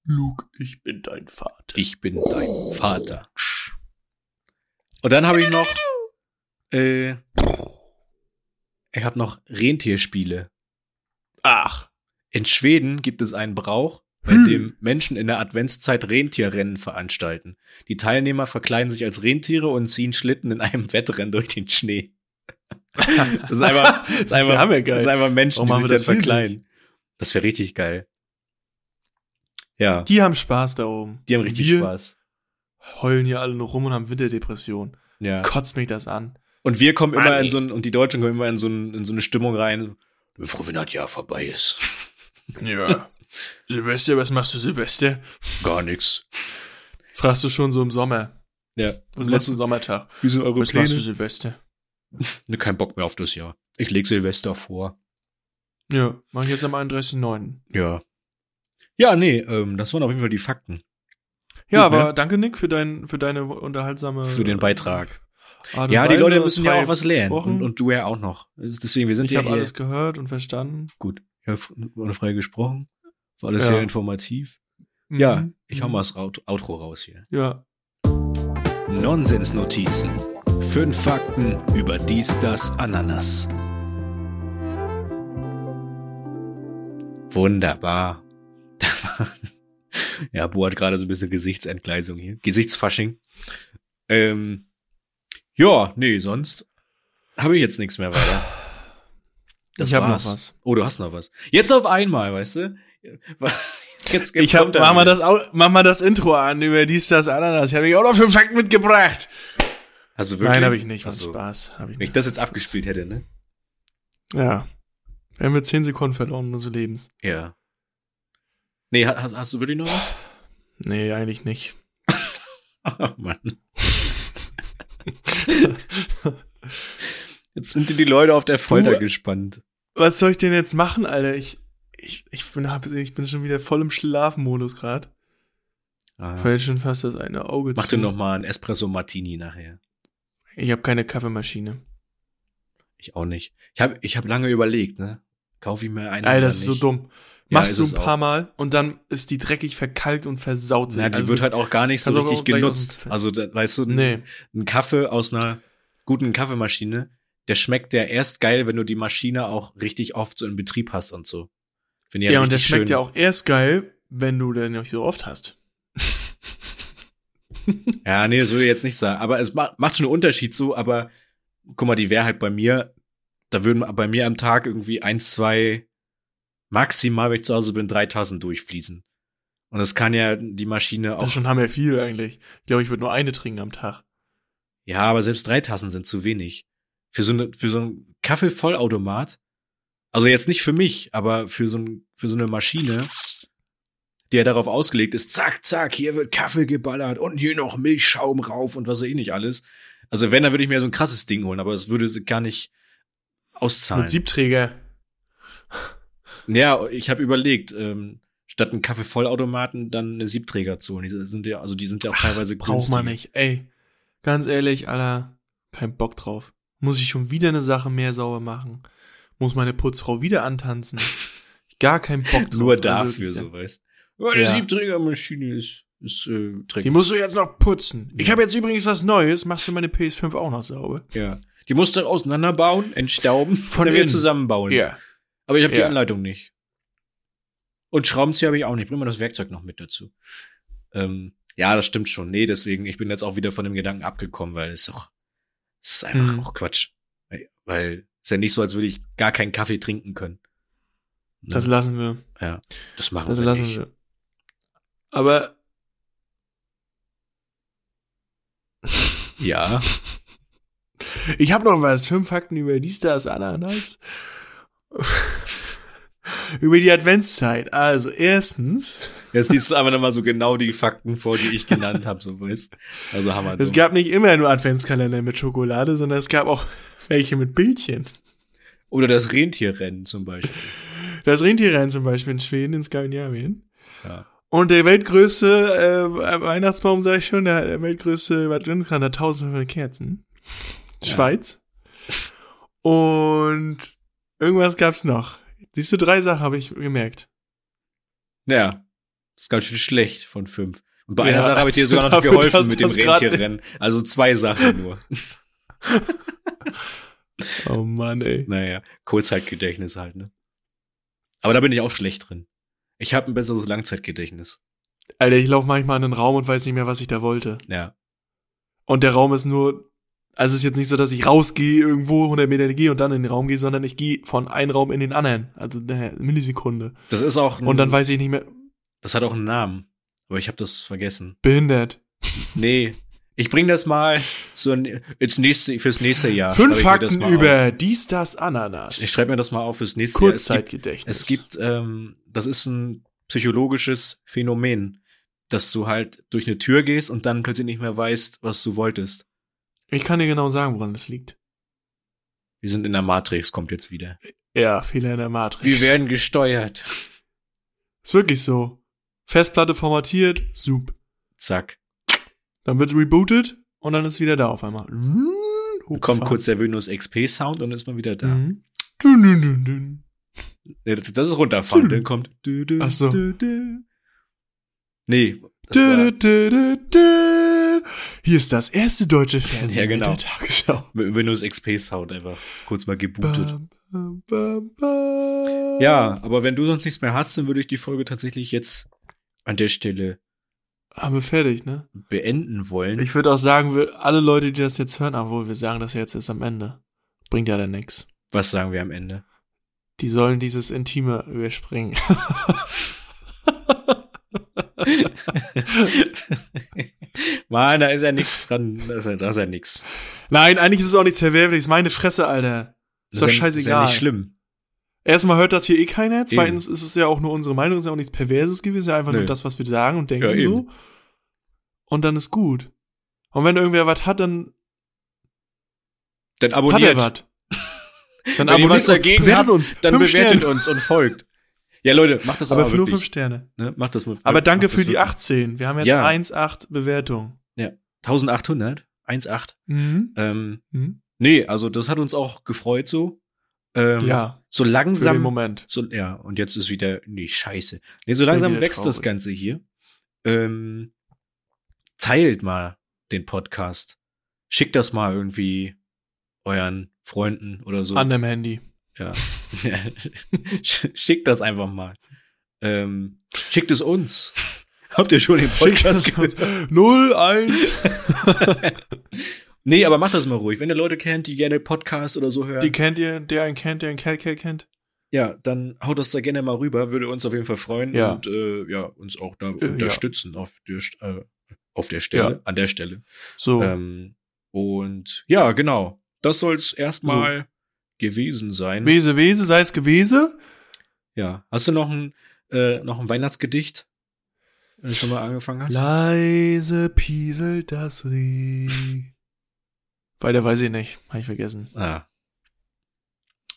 Speaker 8: Luke, ich bin dein Vater.
Speaker 7: Ich bin dein Vater. Und dann habe ich noch, äh, ich habe noch Rentierspiele.
Speaker 8: Ach.
Speaker 7: In Schweden gibt es einen Brauch, bei
Speaker 8: Hm.
Speaker 7: dem Menschen in der Adventszeit Rentierrennen veranstalten. Die Teilnehmer verkleiden sich als Rentiere und ziehen Schlitten in einem Wettrennen durch den Schnee. Das ist einfach, das ist
Speaker 8: Das ist ja
Speaker 7: einfach,
Speaker 8: hammergeil.
Speaker 7: das ist einfach Menschen,
Speaker 8: Warum
Speaker 7: die
Speaker 8: haben
Speaker 7: sich
Speaker 8: wir
Speaker 7: dann
Speaker 8: das hier
Speaker 7: verkleiden. Das wäre richtig geil. Ja,
Speaker 8: Die haben Spaß da oben.
Speaker 7: die haben richtig
Speaker 8: Wir
Speaker 7: Spaß.
Speaker 8: heulen hier alle nur rum und haben Winterdepression.
Speaker 7: Ja.
Speaker 8: Kotzt mich das an.
Speaker 7: Und wir kommen immer
Speaker 8: Mann,
Speaker 7: in
Speaker 8: ey.
Speaker 7: so ein, und die Deutschen kommen immer in so, ein, in so eine Stimmung rein. Wir froh, wenn das Jahr vorbei ist.
Speaker 8: Ja. Silvester, was machst du Silvester?
Speaker 7: Gar nix.
Speaker 8: Fragst du schon so im Sommer.
Speaker 7: Ja.
Speaker 8: Was
Speaker 7: Und
Speaker 8: machst du
Speaker 7: letzten,
Speaker 8: im Sommertag?
Speaker 7: wie sind eure
Speaker 8: Was machst du
Speaker 7: Pläne?
Speaker 8: Silvester?
Speaker 7: Ne, kein Bock mehr auf das Jahr. Ich leg Silvester vor.
Speaker 8: Ja, mach ich jetzt am 31.09.
Speaker 7: Ja. Ja, nee, ähm, das waren auf jeden Fall die Fakten
Speaker 8: Ja,
Speaker 7: Gut, ne?
Speaker 8: aber danke Nick für, dein, für deine unterhaltsame...
Speaker 7: für den Beitrag.
Speaker 8: Art und
Speaker 7: Ja, die
Speaker 8: Weise.
Speaker 7: Leute müssen ja
Speaker 8: Frei
Speaker 7: auch was lernen.
Speaker 8: gesprochen.
Speaker 7: Und, und du ja auch noch. Deswegen, wir sind
Speaker 8: ich
Speaker 7: ja
Speaker 8: habe
Speaker 7: hier
Speaker 8: alles gehört und verstanden.
Speaker 7: gut. Ich habe frei gesprochen. War alles
Speaker 8: Ja.
Speaker 7: sehr informativ. Ja,
Speaker 8: Mhm.
Speaker 7: ich hau mal das Out- Outro raus hier.
Speaker 8: Ja.
Speaker 5: Nonsensnotizen. Fünf Fakten über dies, das, Ananas.
Speaker 7: Wunderbar. ja, Bo hat gerade so ein bisschen Gesichtsentgleisung hier. Gesichtsfasching. Ähm, ja, nee, sonst habe ich jetzt nichts mehr weiter. Das
Speaker 8: ich habe noch
Speaker 7: war's.
Speaker 8: was.
Speaker 7: Oh, du hast noch was. Jetzt auf einmal, weißt du? Was? Jetzt, jetzt
Speaker 8: Ich hab,
Speaker 7: kommt er
Speaker 8: mach, mal
Speaker 7: wieder.
Speaker 8: das, Au- mach mal das Intro an über dies, das, Ananas. Ich habe mich auch noch fünf Fakten mitgebracht.
Speaker 7: Also wirklich?
Speaker 8: Nein, habe ich nicht. Was
Speaker 7: Also,
Speaker 8: Spaß. Hab ich
Speaker 7: wenn ich
Speaker 8: nicht.
Speaker 7: das jetzt abgespielt hätte, ne?
Speaker 8: Ja. Wir haben wir zehn Sekunden verloren unseres Lebens.
Speaker 7: Ja. Nee, ha- hast, hast du wirklich noch was?
Speaker 8: Nee, eigentlich nicht.
Speaker 7: Oh Mann. Jetzt sind dir die Leute auf der Folter gespannt.
Speaker 8: Was soll ich denn jetzt machen, Alter? Ich, ich, ich, bin, hab, ich bin schon wieder voll im Schlafmodus gerade.
Speaker 7: Ah.
Speaker 8: Fällt schon fast das eine Auge
Speaker 7: Mach
Speaker 8: zu.
Speaker 7: dir noch mal einen Espresso Martini nachher.
Speaker 8: Ich habe keine Kaffeemaschine.
Speaker 7: Ich auch nicht. Ich habe ich hab lange überlegt, ne? Kaufe ich mir einen
Speaker 8: Alter,
Speaker 7: oder
Speaker 8: das ist so
Speaker 7: nicht?
Speaker 8: dumm.
Speaker 7: Ja,
Speaker 8: Machst
Speaker 7: ist
Speaker 8: du
Speaker 7: es
Speaker 8: ein paar
Speaker 7: auch.
Speaker 8: Mal und dann ist die dreckig verkalkt und versaut.
Speaker 7: Na, die wird halt auch gar nicht so
Speaker 8: Also Kannst du
Speaker 7: richtig
Speaker 8: auch gleich aus dem
Speaker 7: genutzt.
Speaker 8: Fenster-
Speaker 7: Also, da, weißt du, ein,
Speaker 8: Nee.
Speaker 7: ein Kaffee aus einer guten Kaffeemaschine, der schmeckt ja erst geil, wenn du die Maschine auch richtig oft so in Betrieb hast und so. Wenn die
Speaker 8: Ja,
Speaker 7: halt
Speaker 8: und der
Speaker 7: richtig
Speaker 8: schmeckt
Speaker 7: schön-
Speaker 8: ja auch erst geil, wenn du den nicht so oft hast.
Speaker 7: Ja, nee, das würde ich jetzt nicht sagen. Aber es macht, macht schon einen Unterschied so, aber guck mal, die wäre halt bei mir, da würden bei mir am Tag irgendwie eins, zwei, maximal, wenn ich zu Hause bin, drei Tassen durchfließen. Und das kann ja die Maschine auch.
Speaker 8: Das Also schon haben wir viel eigentlich. Ich glaube, ich würde nur eine trinken am Tag.
Speaker 7: Ja, aber selbst drei Tassen sind zu wenig. Für so, eine, für so einen Kaffeevollautomat. Also jetzt nicht für mich, aber für so, ein, für so eine Maschine, die ja darauf ausgelegt ist, zack, zack, hier wird Kaffee geballert und hier noch Milchschaum rauf und was weiß ich nicht alles. Also wenn, dann würde ich mir so ein krasses Ding holen, aber es würde sie gar nicht auszahlen.
Speaker 8: Mit Siebträger.
Speaker 7: Ja, ich habe überlegt, ähm, statt einen Kaffeevollautomaten dann eine Siebträger zu holen. Die sind ja, also die sind ja auch teilweise
Speaker 8: Braucht man nicht. Ey, ganz ehrlich, Alter, kein Bock drauf. Muss ich schon wieder eine Sache mehr sauber machen? Muss meine Putzfrau wieder antanzen? Gar kein Bock drauf.
Speaker 7: Nur
Speaker 8: Also,
Speaker 7: dafür, so weißt. Weil
Speaker 8: Ja.
Speaker 7: die Siebträgermaschine ist, ist äh, dreckig.
Speaker 8: Die musst du jetzt noch putzen. Ich habe jetzt übrigens was Neues. Machst du meine PS5 auch noch sauber?
Speaker 7: ja. Die musst du auseinanderbauen, entstauben,
Speaker 8: Von
Speaker 7: dann wieder
Speaker 8: innen.
Speaker 7: zusammenbauen. Aber ich habe die
Speaker 8: Ja.
Speaker 7: Anleitung nicht. Und Schraubenzieher habe ich auch nicht. Bring mal das Werkzeug noch mit dazu. Ähm, ja, das stimmt schon. Nee, deswegen, ich bin jetzt auch wieder von dem Gedanken abgekommen, weil es ist doch, es ist einfach
Speaker 8: Mhm.
Speaker 7: auch Quatsch. Weil- Weil es ist ja nicht so, als würde ich gar keinen Kaffee trinken können. Ne?
Speaker 8: Das lassen wir.
Speaker 7: das machen
Speaker 8: Das
Speaker 7: wir
Speaker 8: Also lassen
Speaker 7: nicht.
Speaker 8: wir. Aber
Speaker 7: Ja,
Speaker 8: Ich habe noch was. Fünf Fakten über die Stars Ananas. über die Adventszeit. Also, erstens,
Speaker 7: jetzt liest du einfach nochmal so genau die Fakten vor, die ich genannt habe, so weißt. Also haben wir
Speaker 8: es gab nicht immer nur Adventskalender mit Schokolade, sondern es gab auch welche mit Bildchen.
Speaker 7: Oder das Rentierrennen zum Beispiel.
Speaker 8: Das Rentierrennen zum Beispiel in Schweden, in Skandinavien.
Speaker 7: Ja.
Speaker 8: Und der weltgrößte äh, Weihnachtsbaum, sag ich schon, der, der weltgrößte Adventskalender, 1500 Kerzen. Schweiz. Und irgendwas gab's noch. Siehst du, drei Sachen habe ich gemerkt.
Speaker 7: Ja, das ist ganz schön schlecht von fünf. Und bei
Speaker 8: Ja,
Speaker 7: einer Sache habe ich dir sogar noch
Speaker 8: dafür,
Speaker 7: geholfen
Speaker 8: dass
Speaker 7: mit dem
Speaker 8: das grad-
Speaker 7: Rentierrennen. Also zwei Sachen nur.
Speaker 8: Oh Mann, ey.
Speaker 7: Naja, Kurzzeitgedächtnis halt, ne? Aber da bin ich auch schlecht drin. Ich habe ein besseres Langzeitgedächtnis.
Speaker 8: Alter, ich laufe manchmal in einen Raum und weiß nicht mehr, was ich da wollte.
Speaker 7: Ja.
Speaker 8: Und der Raum ist nur, also es ist jetzt nicht so, dass ich rausgehe, irgendwo 100 Meter gehe und dann in den Raum gehe, sondern ich gehe von einem Raum in den anderen. Also eine Millisekunde.
Speaker 7: Das ist auch. ein-
Speaker 8: Und dann weiß ich nicht mehr,
Speaker 7: Das hat auch einen Namen. Aber ich habe das vergessen.
Speaker 8: behindert.
Speaker 7: Nee. Ich bring das mal so ins nächste, fürs nächste Jahr.
Speaker 8: Fünf
Speaker 7: schreib ich mir das
Speaker 8: Fakten
Speaker 7: mal
Speaker 8: über
Speaker 7: Auf.
Speaker 8: dies, das, Ananas.
Speaker 7: Ich schreibe mir das mal auf fürs nächste Jahr. Es gibt
Speaker 8: Kurzzeitgedächtnis.
Speaker 7: Es gibt, ähm, das ist ein psychologisches Phänomen, dass du halt durch eine Tür gehst und dann plötzlich nicht mehr weißt, was du wolltest.
Speaker 8: Ich kann dir genau sagen, woran das liegt.
Speaker 7: Wir sind in der Matrix, kommt jetzt wieder.
Speaker 8: Ja, Fehler in der Matrix.
Speaker 7: werden gesteuert.
Speaker 8: ist wirklich so. Festplatte formatiert, sup.
Speaker 7: Zack.
Speaker 8: Dann wird rebootet und dann ist wieder da auf einmal.
Speaker 7: Kommt kurz der Windows XP Sound und dann ist man wieder da.
Speaker 8: Mhm. Dun, dun, dun, dun.
Speaker 7: Ja, Das, das ist runterfahren,
Speaker 8: Tü.
Speaker 7: dann kommt. dü, dü,
Speaker 8: Ach so.
Speaker 7: dü, dü. Nee. das
Speaker 8: Dö,
Speaker 7: war-
Speaker 8: dö, dö, dö. Hier ist das erste deutsche Fernsehen
Speaker 7: Ja, genau.
Speaker 8: mit der Tagesschau.
Speaker 7: Windows XP Sound einfach kurz mal gebootet.
Speaker 8: Bam, bam, bam, bam.
Speaker 7: Ja, aber wenn du sonst nichts mehr hast, dann würde ich die Folge tatsächlich jetzt an der Stelle
Speaker 8: Haben wir fertig, ne?
Speaker 7: beenden wollen.
Speaker 8: Ich würde auch sagen, wir, alle Leute, die das jetzt hören, obwohl wir sagen das jetzt erst am Ende. Bringt ja dann nix.
Speaker 7: Was sagen wir am Ende?
Speaker 8: Die sollen dieses Intime überspringen.
Speaker 7: Mann, da ist ja nichts dran. Da ist ja, da ist ja nichts.
Speaker 8: Nein, eigentlich ist es auch nichts Verwerfliches. Meine Fresse, Alter. Ist
Speaker 7: ja,
Speaker 8: doch
Speaker 7: Ist ja
Speaker 8: scheißegal.
Speaker 7: nicht schlimm.
Speaker 8: Erstmal hört das hier eh keiner. Zweitens ist es ja auch nur unsere Meinung. Ist ja auch nichts Perverses gewesen. Ist ja einfach
Speaker 7: Nö.
Speaker 8: nur das, was wir sagen und denken
Speaker 7: Ja, eben.
Speaker 8: so. Und dann ist gut. Und wenn irgendwer was hat, dann
Speaker 7: Dann
Speaker 8: hat er
Speaker 7: abonniert.
Speaker 8: was. Dann
Speaker 7: Wenn ihr was
Speaker 8: und
Speaker 7: dagegen
Speaker 8: bewertet
Speaker 7: habt,
Speaker 8: uns.
Speaker 7: Dann
Speaker 8: Fünf
Speaker 7: bewertet
Speaker 8: Sterne.
Speaker 7: uns und folgt. Ja, Leute, macht das aber,
Speaker 8: Aber für nur
Speaker 7: wirklich.
Speaker 8: fünf Sterne.
Speaker 7: Ne? Macht das mit,
Speaker 8: Aber danke
Speaker 7: macht das
Speaker 8: für die
Speaker 7: wirklich.
Speaker 8: 18. Wir haben jetzt
Speaker 7: Ja.
Speaker 8: 1,8 Bewertung.
Speaker 7: 1800, 1,8.
Speaker 8: Mhm.
Speaker 7: Ähm,
Speaker 8: Mhm.
Speaker 7: nee, also das hat uns auch gefreut so. Ähm,
Speaker 8: Ja,
Speaker 7: So
Speaker 8: für den
Speaker 7: langsam.
Speaker 8: Moment.
Speaker 7: So, ja, und jetzt ist wieder, nee, scheiße. Nee, so langsam
Speaker 8: wieder
Speaker 7: wächst das
Speaker 8: traurig.
Speaker 7: Ganze hier. Ähm, teilt mal den Podcast. Schickt das mal irgendwie euren Freunden oder so.
Speaker 8: An dem Handy.
Speaker 7: Sch- schickt das einfach mal. Ähm, schickt es uns. Habt ihr schon den Podcast gehört?
Speaker 8: 0, 1.
Speaker 7: Nee, aber macht das mal ruhig. Wenn ihr Leute kennt, die gerne Podcasts oder so hören.
Speaker 8: Die kennt ihr, der einen kennt, der einen kennt, kennt, kennt.
Speaker 7: Ja, dann haut das da gerne mal rüber, würde uns auf jeden Fall freuen
Speaker 8: Ja.
Speaker 7: und äh, ja, uns auch da
Speaker 8: ja.
Speaker 7: unterstützen auf der St- äh, auf der Stelle,
Speaker 8: Ja.
Speaker 7: an der Stelle.
Speaker 8: So.
Speaker 7: Ähm, und ja, genau. Das soll's erstmal gewesen sein.
Speaker 8: Wese, Wese, sei es gewese.
Speaker 7: ja. Hast du noch ein äh, noch ein Weihnachtsgedicht? Wenn du schon mal angefangen hast?
Speaker 8: Leise pieselt das Reh. Weiter weiß ich nicht. Habe ich vergessen.
Speaker 7: ah,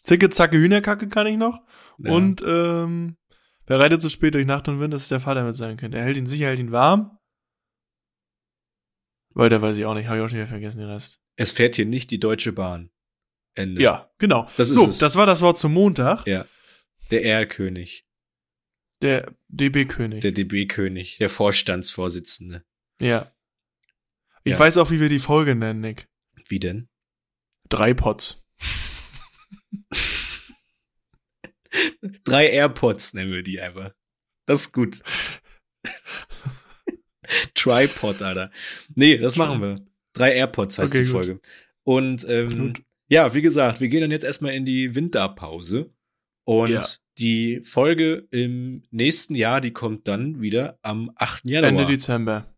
Speaker 8: Zicke, zacke, Hühnerkacke kann ich noch.
Speaker 7: ja.
Speaker 8: Und, ähm, wer reitet so spät durch Nacht und Wind, das ist der Vater mit seinem Kind. Er hält ihn sicher, hält ihn warm. Weiter weiß ich auch nicht. Habe ich auch schon wieder vergessen, den Rest.
Speaker 7: es fährt hier nicht die Deutsche Bahn. Ende.
Speaker 8: Ja, genau.
Speaker 7: Das ist
Speaker 8: so,
Speaker 7: es.
Speaker 8: das war das Wort zum Montag.
Speaker 7: Ja. Der R-König,
Speaker 8: Der DB-König.
Speaker 7: der DB-König, der Vorstandsvorsitzende.
Speaker 8: Ja. Ich
Speaker 7: Ja.
Speaker 8: weiß auch, wie wir die Folge nennen, Nick.
Speaker 7: Wie denn?
Speaker 8: Drei Pots.
Speaker 7: Drei AirPods nennen wir die einfach. Das ist gut. Tripod, Alter. Nee, das machen wir. Drei AirPods heißt
Speaker 8: Okay,
Speaker 7: die
Speaker 8: gut.
Speaker 7: Folge. Und ähm,
Speaker 8: Gut.
Speaker 7: ja, wie gesagt, wir gehen dann jetzt erstmal in die Winterpause. Und
Speaker 8: Ja.
Speaker 7: die Folge im nächsten Jahr, die kommt dann wieder am 8. Januar.
Speaker 8: Ende Dezember.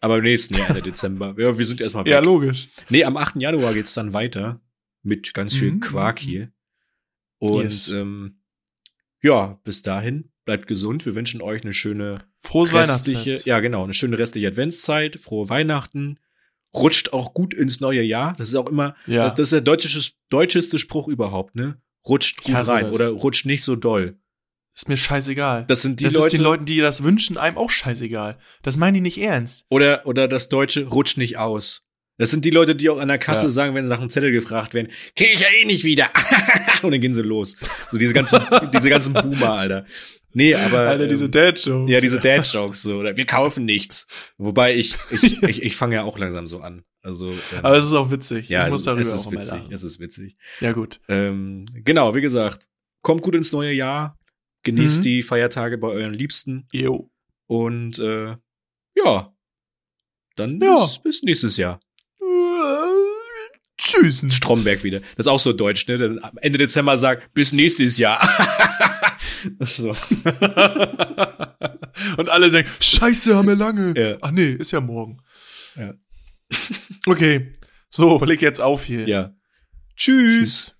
Speaker 7: Aber im nächsten Jahr, Ende Dezember. Ja, wir sind erstmal weg.
Speaker 8: Ja, logisch.
Speaker 7: Nee, am 8. Januar geht's dann weiter mit ganz viel
Speaker 8: Mhm.
Speaker 7: Quark hier. Und
Speaker 8: Yes.
Speaker 7: ähm, ja, bis dahin, bleibt gesund. Wir wünschen euch eine schöne
Speaker 8: Frohes
Speaker 7: restliche,
Speaker 8: Weihnachtsfest.
Speaker 7: ja genau, eine schöne restliche Adventszeit, frohe Weihnachten. Rutscht auch gut ins neue Jahr. Das ist auch immer,
Speaker 8: Ja.
Speaker 7: das, das ist der deutsche, deutscheste Spruch überhaupt, ne? Rutscht
Speaker 8: Ich
Speaker 7: gut
Speaker 8: hasse
Speaker 7: rein
Speaker 8: das.
Speaker 7: oder rutscht nicht so doll.
Speaker 8: Ist mir scheißegal.
Speaker 7: Das sind die
Speaker 8: das
Speaker 7: Leute
Speaker 8: ist den Leuten, die das wünschen, einem auch scheißegal. Das meinen die nicht ernst.
Speaker 7: oder oder das deutsche rutscht nicht aus. Das sind die Leute, die auch an der Kasse
Speaker 8: Ja.
Speaker 7: sagen, wenn sie nach einem Zettel gefragt werden, kriege ich ja eh nicht wieder. und dann gehen sie los. So diese ganzen, diese ganzen Boomer, Alter. Nee, aber. ähm,
Speaker 8: Dad-Jokes.
Speaker 7: Ja, diese Dad-Jokes, so. Oder wir kaufen nichts. Wobei ich, ich, ich, ich fange ja auch langsam so an. Also. ähm,
Speaker 8: Aber es ist auch witzig.
Speaker 7: ja,
Speaker 8: ich muss
Speaker 7: es,
Speaker 8: darüber
Speaker 7: es ist
Speaker 8: auch mal
Speaker 7: witzig.
Speaker 8: lachen.
Speaker 7: Es ist witzig.
Speaker 8: Ja, gut.
Speaker 7: Ähm, genau, wie gesagt, kommt gut ins neue Jahr. Genießt
Speaker 8: Mhm.
Speaker 7: die Feiertage bei euren Liebsten.
Speaker 8: Jo.
Speaker 7: Und äh, ja, dann
Speaker 8: Ja.
Speaker 7: Bis, bis nächstes Jahr.
Speaker 8: Tschüss.
Speaker 7: Stromberg wieder. Das ist auch so deutsch, ne? Dann am Ende Dezember sagt, bis nächstes Jahr. so.
Speaker 8: Und alle sagen, scheiße, haben wir lange.
Speaker 7: Ja.
Speaker 8: Ach nee, ist ja morgen.
Speaker 7: Ja.
Speaker 8: Okay. So, leg jetzt auf hier.
Speaker 7: Ja.
Speaker 8: Tschüss.
Speaker 7: Tschüss.